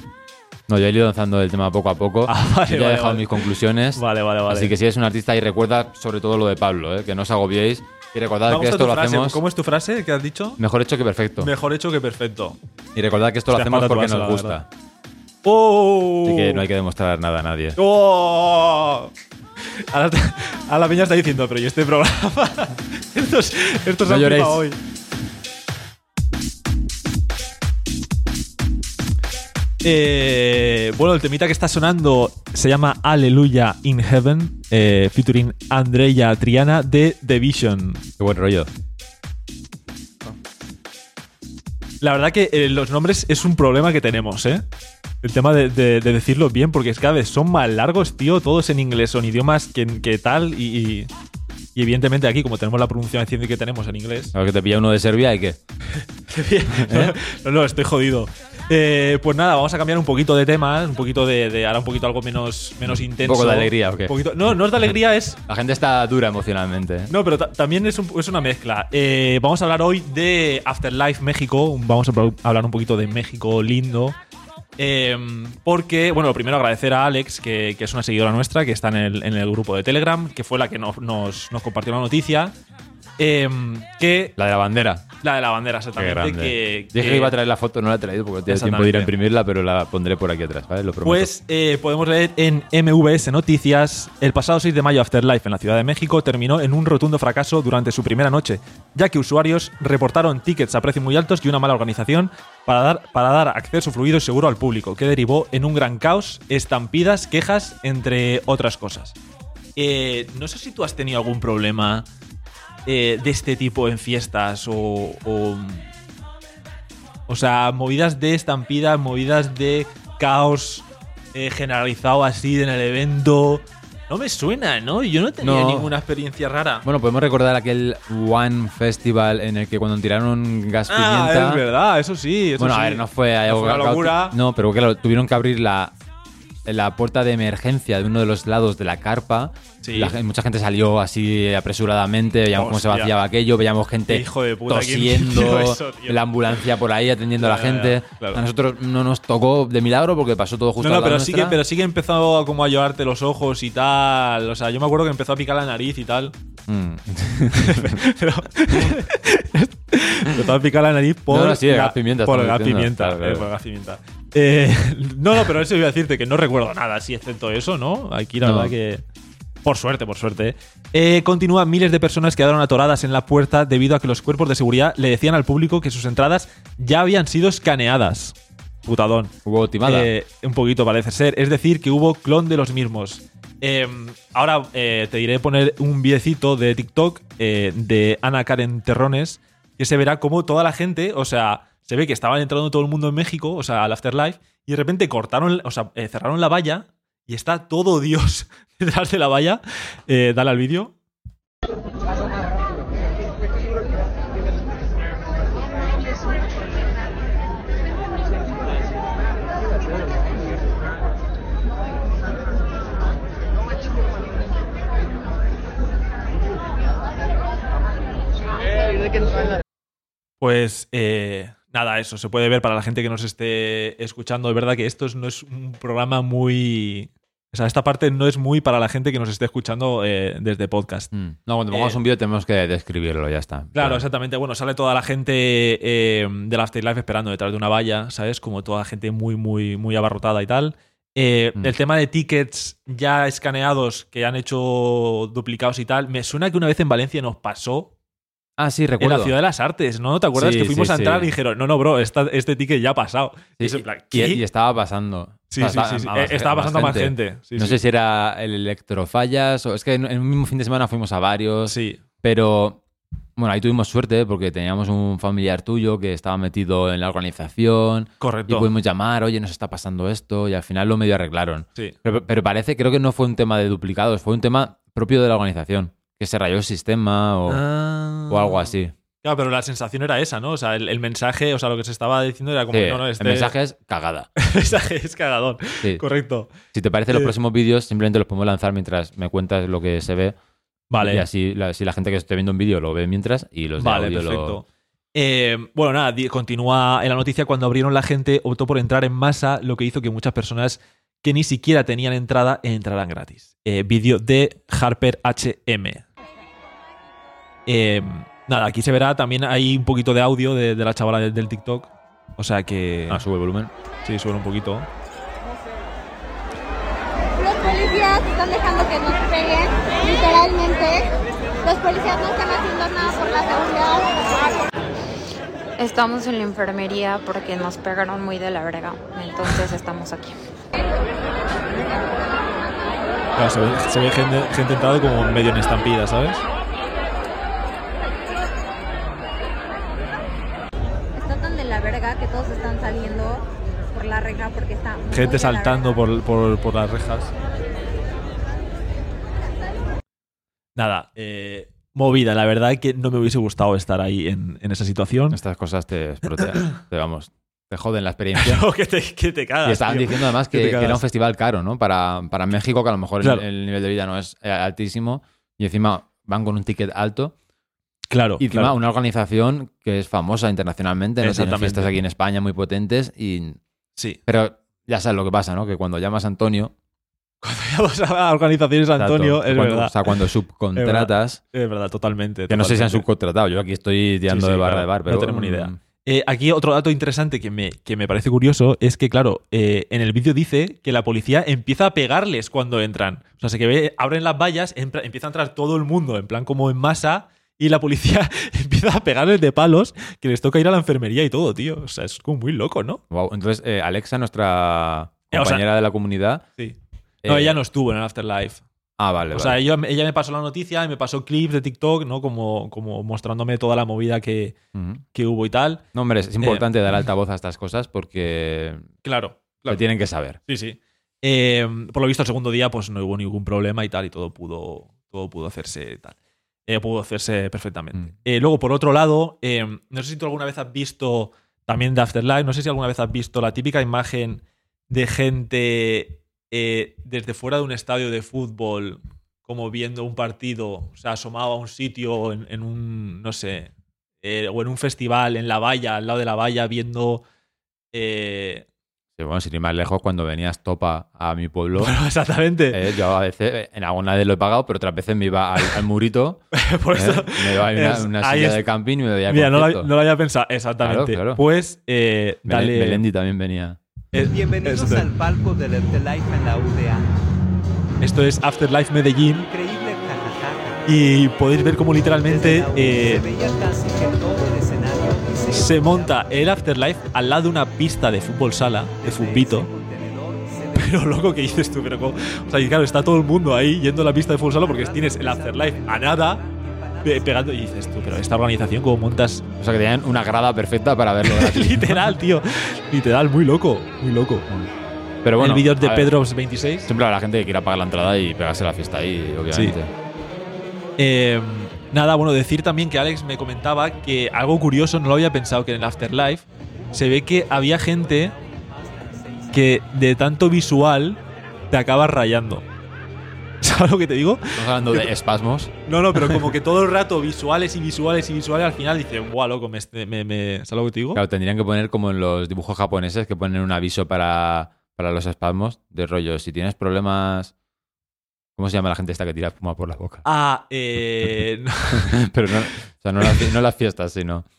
Speaker 1: No, yo he ido lanzando el tema poco a poco.
Speaker 3: Ah, vale,
Speaker 1: Yo ya
Speaker 3: vale,
Speaker 1: he dejado
Speaker 3: vale.
Speaker 1: mis conclusiones.
Speaker 3: Vale, vale, vale.
Speaker 1: Así que si eres un artista y recuerda sobre todo lo de Pablo, ¿eh? que no os agobiéis y recordad
Speaker 3: Vamos
Speaker 1: que
Speaker 3: a
Speaker 1: esto
Speaker 3: tu
Speaker 1: lo
Speaker 3: frase.
Speaker 1: hacemos
Speaker 3: ¿Cómo es tu frase que has dicho?
Speaker 1: mejor hecho que perfecto.
Speaker 3: Mejor hecho que perfecto.
Speaker 1: Y recordad que esto lo
Speaker 3: Hostia,
Speaker 1: hacemos
Speaker 3: espalda
Speaker 1: porque
Speaker 3: tu
Speaker 1: nos
Speaker 3: vaso, la
Speaker 1: gusta.
Speaker 3: ¡Oh!
Speaker 1: Así que no hay que demostrar nada a nadie.
Speaker 3: <laughs> ¡Oh! Ahora te- A la peña está diciendo, pero yo este programa. <laughs> estos estos
Speaker 1: No
Speaker 3: han
Speaker 1: lloréis.
Speaker 3: flipado hoy. Eh, bueno, el temita que está sonando se llama Aleluya in Heaven, eh, featuring Andrea Triana de The Vision.
Speaker 1: Qué buen rollo.
Speaker 3: La verdad que eh, los nombres es un problema que tenemos, ¿eh? El tema de, de- de decirlo bien, porque es que a veces son más largos, tío, todos en inglés, son idiomas que, que tal, y, y- y evidentemente aquí, como tenemos la pronunciación que tenemos en inglés, <laughs>
Speaker 1: Ahora que te pilla uno de Serbia y que. ¿Eh?
Speaker 3: no, no, estoy jodido. Eh, pues nada, vamos a cambiar un poquito de tema, un poquito de, de- ahora un poquito algo menos, menos intenso.
Speaker 1: poco de alegría, ¿o qué?
Speaker 3: Un poquito- no, no es de alegría, es
Speaker 1: La gente está dura emocionalmente. ¿eh?
Speaker 3: No, pero ta- también es, un- es una mezcla. Eh, vamos a hablar hoy de Afterlife México. Un- Vamos a pro- hablar un poquito de México lindo. Eh, porque, bueno, lo primero agradecer a Alex, que, que es una seguidora nuestra, que está en el, en el grupo de Telegram, que fue la que nos, nos- nos compartió la noticia. Eh, que
Speaker 1: La de la bandera.
Speaker 3: la de la bandera,
Speaker 1: Qué
Speaker 3: exactamente.
Speaker 1: grande.
Speaker 3: que-
Speaker 1: Dije
Speaker 3: que-
Speaker 1: que iba a traer la foto, no la he traído porque no tengo tiempo de ir a
Speaker 3: Exactamente.
Speaker 1: imprimirla, pero la pondré por aquí atrás, ¿vale? Lo prometo.
Speaker 3: Pues eh, podemos leer en MVS Noticias, el pasado 6 de mayo Afterlife en la Ciudad de México terminó en un rotundo fracaso durante su primera noche, ya que usuarios reportaron tickets a precios muy altos y una mala organización para dar, para dar acceso fluido y seguro al público, que derivó en un gran caos, estampidas, quejas, entre otras cosas. Eh, no sé si tú has tenido algún problema eh, de este tipo en fiestas o, o. o sea, movidas de estampidas, movidas de caos eh, generalizado así en el evento. No me suena, ¿no? Yo no tenía
Speaker 1: No.
Speaker 3: ninguna experiencia rara.
Speaker 1: Bueno, podemos recordar aquel One Festival en el que cuando tiraron gas
Speaker 3: ah,
Speaker 1: pimienta.
Speaker 3: es verdad, eso sí. eso
Speaker 1: bueno,
Speaker 3: sí.
Speaker 1: a ver, no fue
Speaker 3: No
Speaker 1: algo
Speaker 3: fue una
Speaker 1: caótico.
Speaker 3: locura.
Speaker 1: No, pero claro, tuvieron que abrir la, la puerta de emergencia de uno de los lados de la carpa.
Speaker 3: Sí.
Speaker 1: La gen- mucha gente salió así apresuradamente, veíamos cómo se
Speaker 3: Hostia.
Speaker 1: vaciaba aquello, veíamos gente
Speaker 3: Hijo de puta, ¿quién
Speaker 1: tosiendo,
Speaker 3: hizo eso, tío?
Speaker 1: la ambulancia por ahí atendiendo a la
Speaker 3: Ya, ya,
Speaker 1: gente.
Speaker 3: ya, claro.
Speaker 1: A nosotros no nos tocó de milagro porque pasó todo justo
Speaker 3: No,
Speaker 1: al
Speaker 3: no,
Speaker 1: lado
Speaker 3: pero sí, que,
Speaker 1: nuestra.
Speaker 3: pero sí que empezó a como a llorarte los ojos y tal. O sea, yo me acuerdo que empezó a picar la nariz y tal.
Speaker 1: Mm. <laughs>
Speaker 3: pero empezó a picar la nariz por
Speaker 1: No, no, sí, el
Speaker 3: la-
Speaker 1: gas pimienta,
Speaker 3: por el
Speaker 1: estamos
Speaker 3: gas
Speaker 1: diciendo.
Speaker 3: pimienta,
Speaker 1: Claro, claro.
Speaker 3: eh, por el gas pimienta. Eh, <laughs> no, no, pero eso iba a decirte que no recuerdo nada, sí, excepto eso, ¿no? Aquí la
Speaker 1: No.
Speaker 3: verdad que por suerte, por suerte. Eh, continúa, miles de personas quedaron atoradas en la puerta debido a que los cuerpos de seguridad le decían al público que sus entradas ya habían sido escaneadas. Putadón.
Speaker 1: Hubo timada.
Speaker 3: Eh, un poquito parece ser. Es decir, que hubo clon de los mismos. Eh, ahora eh, te diré poner un videocito de TikTok eh, de Ana Karen Terrones, que se verá como toda la gente, o sea, se ve que estaban entrando todo el mundo en México, o sea, al Afterlife, y de repente cortaron, o sea, eh, cerraron la valla y está todo Dios <laughs> detrás de la valla. Eh, dale al vídeo. Pues eh, nada, eso se puede ver para la gente que nos esté escuchando. Es verdad que esto es- no es un programa muy. O sea, esta parte no es muy para la gente que nos esté escuchando eh, desde podcast.
Speaker 1: Mm. No, cuando pongamos
Speaker 3: eh,
Speaker 1: un vídeo tenemos que describirlo, ya está.
Speaker 3: Claro,
Speaker 1: Pero-
Speaker 3: exactamente. Bueno, sale toda la gente eh, del Afterlife esperando detrás de una valla, ¿sabes? Como toda la gente muy, muy, muy abarrotada y tal. Eh,
Speaker 1: Mm.
Speaker 3: El tema de tickets ya escaneados que han hecho duplicados y tal, me suena que una vez en Valencia nos pasó
Speaker 1: Ah, sí,
Speaker 3: en
Speaker 1: recuerdo.
Speaker 3: la Ciudad de las Artes, ¿no? ¿Te acuerdas
Speaker 1: Sí,
Speaker 3: que fuimos
Speaker 1: sí,
Speaker 3: a entrar
Speaker 1: sí.
Speaker 3: y dijeron, no, no, bro, esta- este ticket ya ha pasado?
Speaker 1: Sí,
Speaker 3: y, es en
Speaker 1: y-
Speaker 3: plan,
Speaker 1: y,
Speaker 3: ¿qué?
Speaker 1: y estaba pasando.
Speaker 3: Sí,
Speaker 1: O
Speaker 3: sí,
Speaker 1: sea,
Speaker 3: sí, sí.
Speaker 1: a
Speaker 3: Eh, Estaba pasando a más gente. Sí,
Speaker 1: no
Speaker 3: sí.
Speaker 1: sé si era el Electrofallas o es que en en un mismo fin de semana fuimos a varios,
Speaker 3: Sí.
Speaker 1: pero bueno, ahí tuvimos suerte porque teníamos un familiar tuyo que estaba metido en la organización y
Speaker 3: Correcto.
Speaker 1: pudimos llamar, oye, nos está pasando esto y al final lo medio arreglaron.
Speaker 3: Sí.
Speaker 1: Pero, pero parece, creo que no fue un tema de duplicados, fue un tema propio de la organización, que se rayó el sistema o,
Speaker 3: Ah.
Speaker 1: o algo así.
Speaker 3: Claro, Ah. pero la sensación era esa, ¿no? O sea, el, el mensaje, o sea, lo que se estaba diciendo era como,
Speaker 1: Sí,
Speaker 3: no, no, este
Speaker 1: El mensaje es cagada.
Speaker 3: <laughs> mensaje es cagadón. <laughs>
Speaker 1: Sí.
Speaker 3: Correcto.
Speaker 1: Si te
Speaker 3: <laughs>
Speaker 1: parece, los
Speaker 3: Eh.
Speaker 1: próximos vídeos simplemente los podemos lanzar mientras me cuentas lo que se ve.
Speaker 3: Vale.
Speaker 1: Y así, la, si la gente que esté viendo un vídeo lo ve mientras y los de
Speaker 3: Vale,
Speaker 1: audio lo-
Speaker 3: perfecto. Eh, bueno, nada, di- continúa en la noticia. Cuando abrieron la gente optó por entrar en masa, lo que hizo que muchas personas que ni siquiera tenían entrada entraran gratis. Eh, Vídeo de Harper HM. Eh, nada, aquí se verá también hay un poquito de audio de, de la chavala del, del TikTok. O sea que.
Speaker 1: Ah, sube el
Speaker 3: <laughs>
Speaker 1: volumen.
Speaker 3: sí, suena un poquito.
Speaker 4: Los policías están dejando que nos peguen, literalmente. Los policías no están haciendo nada por la seguridad.
Speaker 2: Estamos en la enfermería porque nos pegaron muy de la brega. Entonces estamos aquí.
Speaker 3: Claro, se ve, se ve gente, gente entrada como medio en estampida, ¿sabes?
Speaker 4: Está tan de la verga que todos están saliendo por la reja porque está. muy de
Speaker 3: Gente
Speaker 4: la
Speaker 3: saltando por,
Speaker 4: verga.
Speaker 3: por- por las rejas. Nada, eh, movida. La verdad que no me hubiese gustado estar ahí en, en esa situación. <laughs>
Speaker 1: Estas cosas te
Speaker 3: <coughs>
Speaker 1: explotean, te vamos, te joden la
Speaker 3: <laughs>
Speaker 1: experiencia.
Speaker 3: No, que te, que te cagas,
Speaker 1: Y estaban
Speaker 3: tío.
Speaker 1: diciendo además
Speaker 3: Que
Speaker 1: que,
Speaker 3: te
Speaker 1: que era
Speaker 3: cagas.
Speaker 1: un festival caro, ¿no? Para, para México, que a lo mejor el-
Speaker 3: Claro.
Speaker 1: el, nivel de vida no es eh, altísimo, y encima van con un ticket alto.
Speaker 3: Claro,
Speaker 1: Y encima
Speaker 3: claro.
Speaker 1: una organización que es famosa internacionalmente, ¿no? Tiene
Speaker 3: Exactamente.
Speaker 1: fiestas aquí en España muy potentes. Y...
Speaker 3: Sí. <laughs>
Speaker 1: Pero ya sabes lo que pasa, ¿no? Que cuando llamas a Antonio...
Speaker 3: Vamos a organizaciones, Antonio,
Speaker 1: Tato,
Speaker 3: es
Speaker 1: cuando-
Speaker 3: verdad.
Speaker 1: O sea, cuando subcontratas,
Speaker 3: <laughs> es verdad, totalmente.
Speaker 1: que no sé si han
Speaker 3: totalmente.
Speaker 1: subcontratado, yo aquí estoy tirando
Speaker 3: Sí, sí,
Speaker 1: de barra
Speaker 3: claro.
Speaker 1: de bar,
Speaker 3: No
Speaker 1: pero...
Speaker 3: tenemos ni idea.
Speaker 1: mm,
Speaker 3: Eh, aquí otro dato interesante que me, que me parece curioso es que, claro, eh, en el vídeo dice que la policía empieza a pegarles cuando entran. O sea, se que ve, abren las vallas, en plan- empieza a entrar todo el mundo, en plan como en masa, y la policía <laughs> empieza a pegarles de palos que les toca ir a la enfermería y todo, tío. O sea, es como muy loco, ¿no?
Speaker 1: guau. Entonces, eh, Alexa, nuestra
Speaker 3: Eh, o sea-
Speaker 1: compañera de la comunidad...
Speaker 3: Sí. No,
Speaker 1: eh,
Speaker 3: ella no estuvo en el Afterlife.
Speaker 1: Ah, vale,
Speaker 3: O
Speaker 1: vale.
Speaker 3: sea, ella, ella me pasó la noticia y me pasó clips de TikTok, ¿no? Como, como mostrándome toda la movida que,
Speaker 1: Ujú.
Speaker 3: que hubo y tal.
Speaker 1: No, hombre, es importante dar altavoz a estas cosas porque
Speaker 3: Eh, Claro.
Speaker 1: lo tienen que saber.
Speaker 3: Sí, sí. Eh, por lo visto, el segundo día, pues no hubo ningún problema y tal, y todo pudo, todo pudo hacerse tal. Eh, pudo hacerse perfectamente.
Speaker 1: Mm.
Speaker 3: Eh, luego, por otro lado, eh, no sé si tú alguna vez has visto también de Afterlife, no sé si alguna vez has visto la típica imagen de gente eh, desde fuera de un estadio de fútbol, como viendo un partido, o sea, asomado a un sitio en, en un, no sé, eh, o en un festival, en la valla, al lado de la valla, viendo. eh,
Speaker 1: Sí, bueno, sin ir más lejos, cuando venías topa a mi
Speaker 3: <laughs>
Speaker 1: pueblo,
Speaker 3: bueno, exactamente.
Speaker 1: eh, yo a veces, eh, en alguna vez lo he pagado, pero otras veces me iba al, al murito,
Speaker 3: <laughs> Por
Speaker 1: eh,
Speaker 3: eso.
Speaker 1: me iba a una,
Speaker 3: es-
Speaker 1: una
Speaker 3: ahí
Speaker 1: silla
Speaker 3: es-
Speaker 1: de camping y me veía
Speaker 3: Mira, no lo,
Speaker 1: concierto.
Speaker 3: no lo había pensado. Exactamente.
Speaker 1: Claro, claro.
Speaker 3: Pues, eh,
Speaker 1: Belén-
Speaker 3: dale.
Speaker 1: Belendi también venía.
Speaker 3: eh,
Speaker 5: Bienvenidos
Speaker 3: esto,
Speaker 5: al palco del Afterlife en la UDA.
Speaker 3: esto es Afterlife Medellín.
Speaker 5: Increíble, jajaja.
Speaker 3: Y podéis ver cómo literalmente
Speaker 5: Desde la UDA
Speaker 3: eh,
Speaker 5: se veía casi que todo el escenario y
Speaker 3: se monta el Afterlife al lado de una pista de fútbol sala, de
Speaker 5: Desde
Speaker 3: futbito.
Speaker 5: ese contenedor se ve-
Speaker 3: <laughs> Pero loco que dices tú, pero cómo- O sea, y claro, está todo el mundo ahí yendo a la pista de fútbol sala porque tienes el Afterlife a nada, pe- pegando. Y dices tú, pero esta organización, ¿cómo montas? <laughs>
Speaker 1: O sea, que tenían una grada perfecta para verlo gratis.
Speaker 3: literal, tío. Literal, muy loco, muy loco.
Speaker 1: Pero bueno,
Speaker 3: el vídeo es de
Speaker 1: a ver,
Speaker 3: Pedro26.
Speaker 1: Siempre habrá gente que quiera pagar la entrada y pegarse la fiesta ahí, obviamente.
Speaker 3: Eh, nada, bueno, decir también que Alex me comentaba que algo curioso, no lo había pensado, que en el Afterlife se ve que había gente que de tanto visual te acabas rayando. <laughs> ¿Sabes lo que te digo?
Speaker 1: Estamos hablando de espasmos.
Speaker 3: No, no, pero como que todo el rato visuales y visuales y visuales, al final dices, guau, loco, me, este, me- me- ¿sabes lo que te digo?
Speaker 1: Claro, tendrían que poner como en los dibujos japoneses que ponen un aviso para, para los espasmos de rollo. Si tienes problemas. ¿Cómo se llama la gente esta que tira espuma por la
Speaker 3: <laughs>
Speaker 1: boca?
Speaker 3: Ah, eh, no,
Speaker 1: Pero no, <laughs> o sea, no, las, fie- no las fiestas, sino.
Speaker 3: <laughs>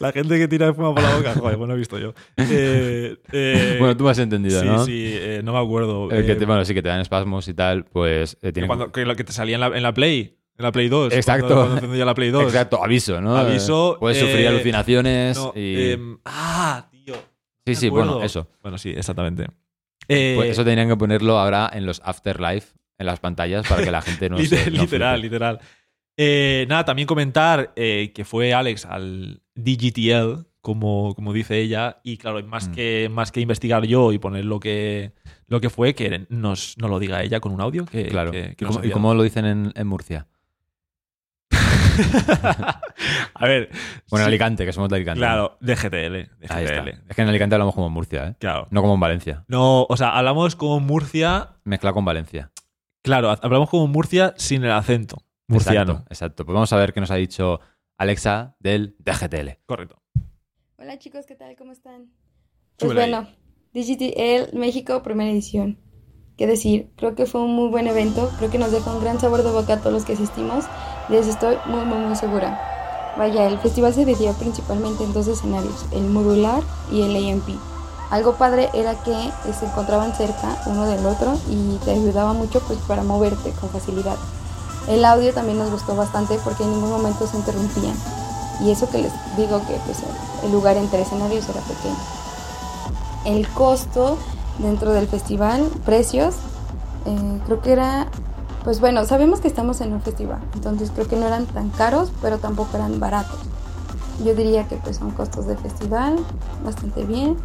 Speaker 3: la gente que tira espuma por la boca, joder, bueno, he visto yo. <laughs> Eh, eh,
Speaker 1: <laughs> bueno, tú me has entendido,
Speaker 3: sí,
Speaker 1: ¿no?
Speaker 3: sí, eh, no me acuerdo.
Speaker 1: Eh, que
Speaker 3: Eh,
Speaker 1: te- bueno, sí que te dan espasmos y tal, pues eh,
Speaker 3: Que
Speaker 1: tienen
Speaker 3: cuando- que lo que te salía en la, en la Play, en la Play 2.
Speaker 1: Exacto.
Speaker 3: Cuando, cuando encendía la Play 2.
Speaker 1: Exacto, aviso, ¿no?
Speaker 3: Aviso,
Speaker 1: Eh, Puedes sufrir
Speaker 3: eh,
Speaker 1: alucinaciones
Speaker 3: No,
Speaker 1: y.
Speaker 3: em, ah, tío.
Speaker 1: sí,
Speaker 3: me
Speaker 1: sí,
Speaker 3: acuerdo.
Speaker 1: bueno, eso.
Speaker 3: Bueno, sí, exactamente. Eh,
Speaker 1: Pues eso tendrían que ponerlo ahora en los afterlife, en las pantallas, para que la gente no
Speaker 3: <laughs> liter-
Speaker 1: se. no
Speaker 3: literal,
Speaker 1: flipe.
Speaker 3: literal. Eh, nada, también comentar eh, que fue Alex al DGTL, como, como dice ella, y claro, más,
Speaker 1: Mm.
Speaker 3: que, más que investigar yo y poner lo que, lo que fue, que nos, nos lo diga ella con un audio. Que,
Speaker 1: Claro.
Speaker 3: que-
Speaker 1: ¿Y
Speaker 3: que nos
Speaker 1: cómo-
Speaker 3: ha
Speaker 1: ¿Y cómo lo dicen en, en Murcia?
Speaker 3: enviado. A ver.
Speaker 1: Bueno, en
Speaker 3: sí,
Speaker 1: Alicante, que somos de Alicante.
Speaker 3: Claro, DGTL.
Speaker 1: Ahí está.
Speaker 3: DGTL.
Speaker 1: Es que en Alicante hablamos como en Murcia, ¿eh?
Speaker 3: Claro.
Speaker 1: No como en Valencia.
Speaker 3: No, o sea, hablamos como Murcia.
Speaker 1: Mezcla con Valencia.
Speaker 3: Claro, hablamos como Murcia sin el acento. murciano.
Speaker 1: Exacto, exacto. Pues vamos a ver qué nos ha dicho Alexa del DGTL.
Speaker 3: Correcto.
Speaker 6: Hola chicos, ¿qué tal? ¿Cómo están? Pues
Speaker 3: Súbele ahí.
Speaker 6: bueno, DGTL México, primera edición. Qué decir, creo que fue un muy buen evento, creo que nos dejó un gran sabor de boca a todos los que asistimos, de eso estoy muy, muy, muy segura. Vaya, el festival se dividió principalmente en dos escenarios, el modular y el AMP. Algo padre era que eh, se encontraban cerca uno del otro y te ayudaba mucho pues para moverte con facilidad. El audio también nos gustó bastante porque en ningún momento se interrumpían. Y eso que les digo que pues, el- el lugar entre escenarios era pequeño. El costo dentro del festival, precios, eh, creo que era, pues bueno, sabemos que estamos en un festival, entonces creo que no eran tan caros, pero tampoco eran baratos. Yo diría que pues son costos de festival, bastante bien.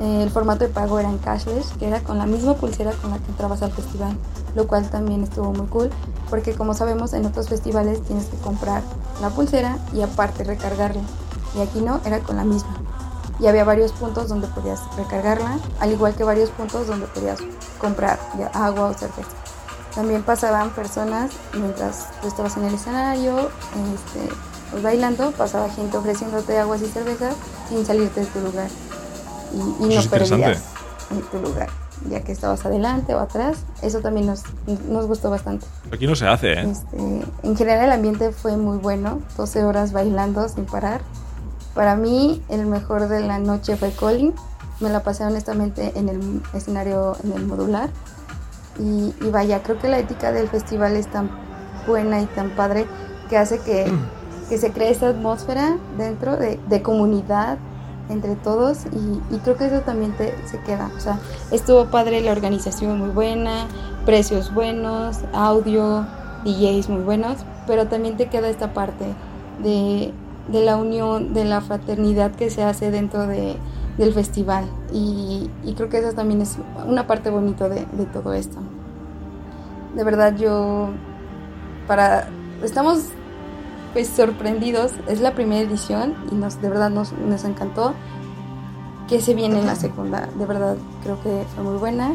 Speaker 6: Eh, el formato de pago era en cashless, que era con la misma pulsera con la que entrabas al festival, lo cual también estuvo muy cool, porque como sabemos en otros festivales tienes que comprar la pulsera y aparte recargarla. Y aquí no, era con la misma. Y había varios puntos donde podías recargarla, al igual que varios puntos donde podías comprar ya agua o cerveza. También pasaban personas mientras tú estabas en el escenario, este, pues, bailando, pasaba gente ofreciéndote aguas y cervezas sin salirte de tu lugar. Y, y
Speaker 3: Eso
Speaker 6: no
Speaker 3: es interesante.
Speaker 6: perdías en tu lugar, ya que estabas adelante o atrás. Eso también nos, nos gustó bastante.
Speaker 3: Aquí no se hace, ¿eh?
Speaker 6: Este, en general el ambiente fue muy bueno, 12 horas bailando sin parar. Para mí el mejor de la noche fue Colin, me la pasé honestamente en el escenario, en el modular. Y, y vaya, creo que la ética del festival es tan buena y tan padre que hace que, que se cree esa atmósfera dentro de, de comunidad entre todos y, y creo que eso también te, se queda. O sea, estuvo padre la organización muy buena, precios buenos, audio, DJs muy buenos, pero también te queda esta parte de, de la unión, de la fraternidad que se hace dentro de, del festival. Y, y creo que eso también es una parte bonita de, de todo esto. De verdad yo, para, estamos pues sorprendidos, es la primera edición y nos, de verdad nos, nos encantó que se viene en la segunda, de verdad creo que fue muy buena.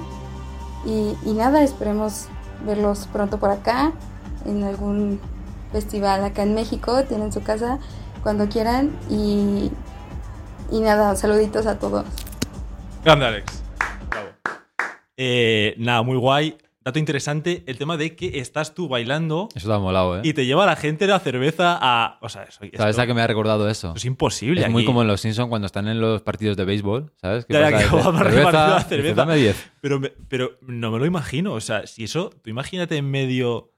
Speaker 6: Y, y nada, esperemos verlos pronto por acá, en algún festival acá en México, tienen su casa cuando quieran. Y, y nada, saluditos a todos.
Speaker 3: Grande, Alex. Bravo. Eh, nada, muy guay. Dato interesante, el tema de que estás tú bailando
Speaker 1: Eso te ha molado, ¿eh?
Speaker 3: y te lleva la gente la cerveza a... O sea, eso,
Speaker 1: ¿Sabes
Speaker 3: esto-
Speaker 1: a qué me ha recordado eso?
Speaker 3: esto es imposible.
Speaker 1: Es muy
Speaker 3: aquí.
Speaker 1: como en los Simpsons cuando están en los partidos de béisbol, ¿sabes?
Speaker 3: Ya, ya,
Speaker 1: pasa?
Speaker 3: que
Speaker 1: Dice,
Speaker 3: vamos repartiendo la cerveza".
Speaker 1: Dice, Dame 10.
Speaker 3: Pero, me- pero no me lo imagino. O sea, si eso, tú imagínate en medio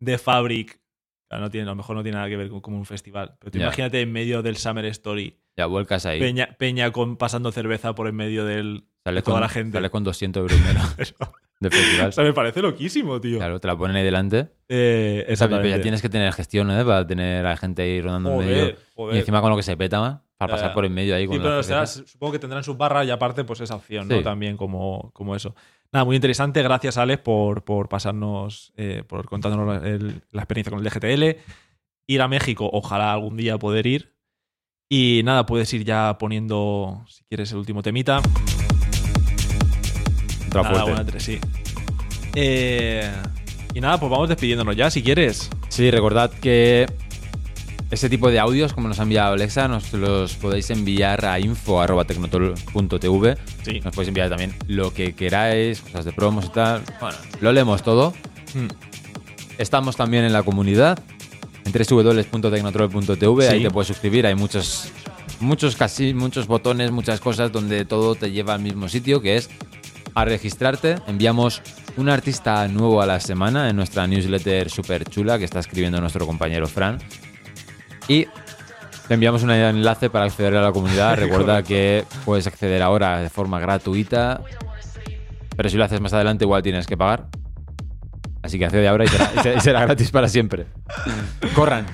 Speaker 3: de Fabric. claro, no tiene, a lo mejor no tiene nada que ver con, como un festival. Pero tú
Speaker 1: Ya.
Speaker 3: imagínate en medio del Summer Story.
Speaker 1: Ya vuelcas ahí.
Speaker 3: Peña, Peña con, pasando cerveza por en medio del.
Speaker 1: sales
Speaker 3: toda
Speaker 1: con,
Speaker 3: la gente.
Speaker 1: Sales con 200 euros menos <laughs>
Speaker 3: Eso.
Speaker 1: de
Speaker 3: O
Speaker 1: festival.
Speaker 3: sea, me parece loquísimo, tío.
Speaker 1: Claro, te la ponen ahí delante.
Speaker 3: Eh,
Speaker 1: Pero
Speaker 3: exactamente.
Speaker 1: ya tienes que tener gestión, ¿eh? Para tener a la gente ahí rodando en medio.
Speaker 3: Joder, joder.
Speaker 1: Y encima con lo que se peta, man, para
Speaker 3: Ya,
Speaker 1: pasar
Speaker 3: ya.
Speaker 1: por en medio ahí
Speaker 3: Sí,
Speaker 1: con la
Speaker 3: pero o sea,
Speaker 1: cerveza.
Speaker 3: s- supongo que tendrán sus barras y aparte, pues esa opción, ¿no?
Speaker 1: Sí.
Speaker 3: También como, como eso. Nada, muy interesante. Gracias, Alex, por, por pasarnos, eh, por contándonos la- el- la experiencia con el DGTL. Ir a México, ojalá algún día poder ir. Y nada, puedes ir ya poniendo, si quieres, el último temita.
Speaker 1: Entra
Speaker 3: Nada,
Speaker 1: fuerte.
Speaker 3: una tres, sí. Eh, y nada, pues vamos despidiéndonos ya, si quieres.
Speaker 1: Sí, recordad que ese tipo de audios, como nos ha enviado Alexa, nos los podéis enviar a info.tecnotol.tv.
Speaker 3: Sí.
Speaker 1: Nos podéis enviar también lo que queráis, cosas de promos y tal. Bueno, lo leemos todo.
Speaker 3: Mm.
Speaker 1: Estamos también en la comunidad, en www.tecnotrol.tv. Ahí
Speaker 3: Sí.
Speaker 1: te puedes suscribir. Hay muchos, muchos casi, muchos botones, muchas cosas donde todo te lleva al mismo sitio, que es a registrarte. Enviamos un artista nuevo a la semana en nuestra newsletter super chula que está escribiendo nuestro compañero Fran. Y te enviamos un enlace para acceder a la comunidad. Recuerda que puedes acceder ahora de forma gratuita. Pero si lo haces más adelante, igual tienes que pagar. Así que accede ahora y será, y se- y será gratis para siempre. Corran.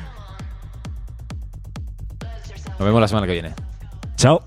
Speaker 1: Nos vemos la semana que viene.
Speaker 3: Chao.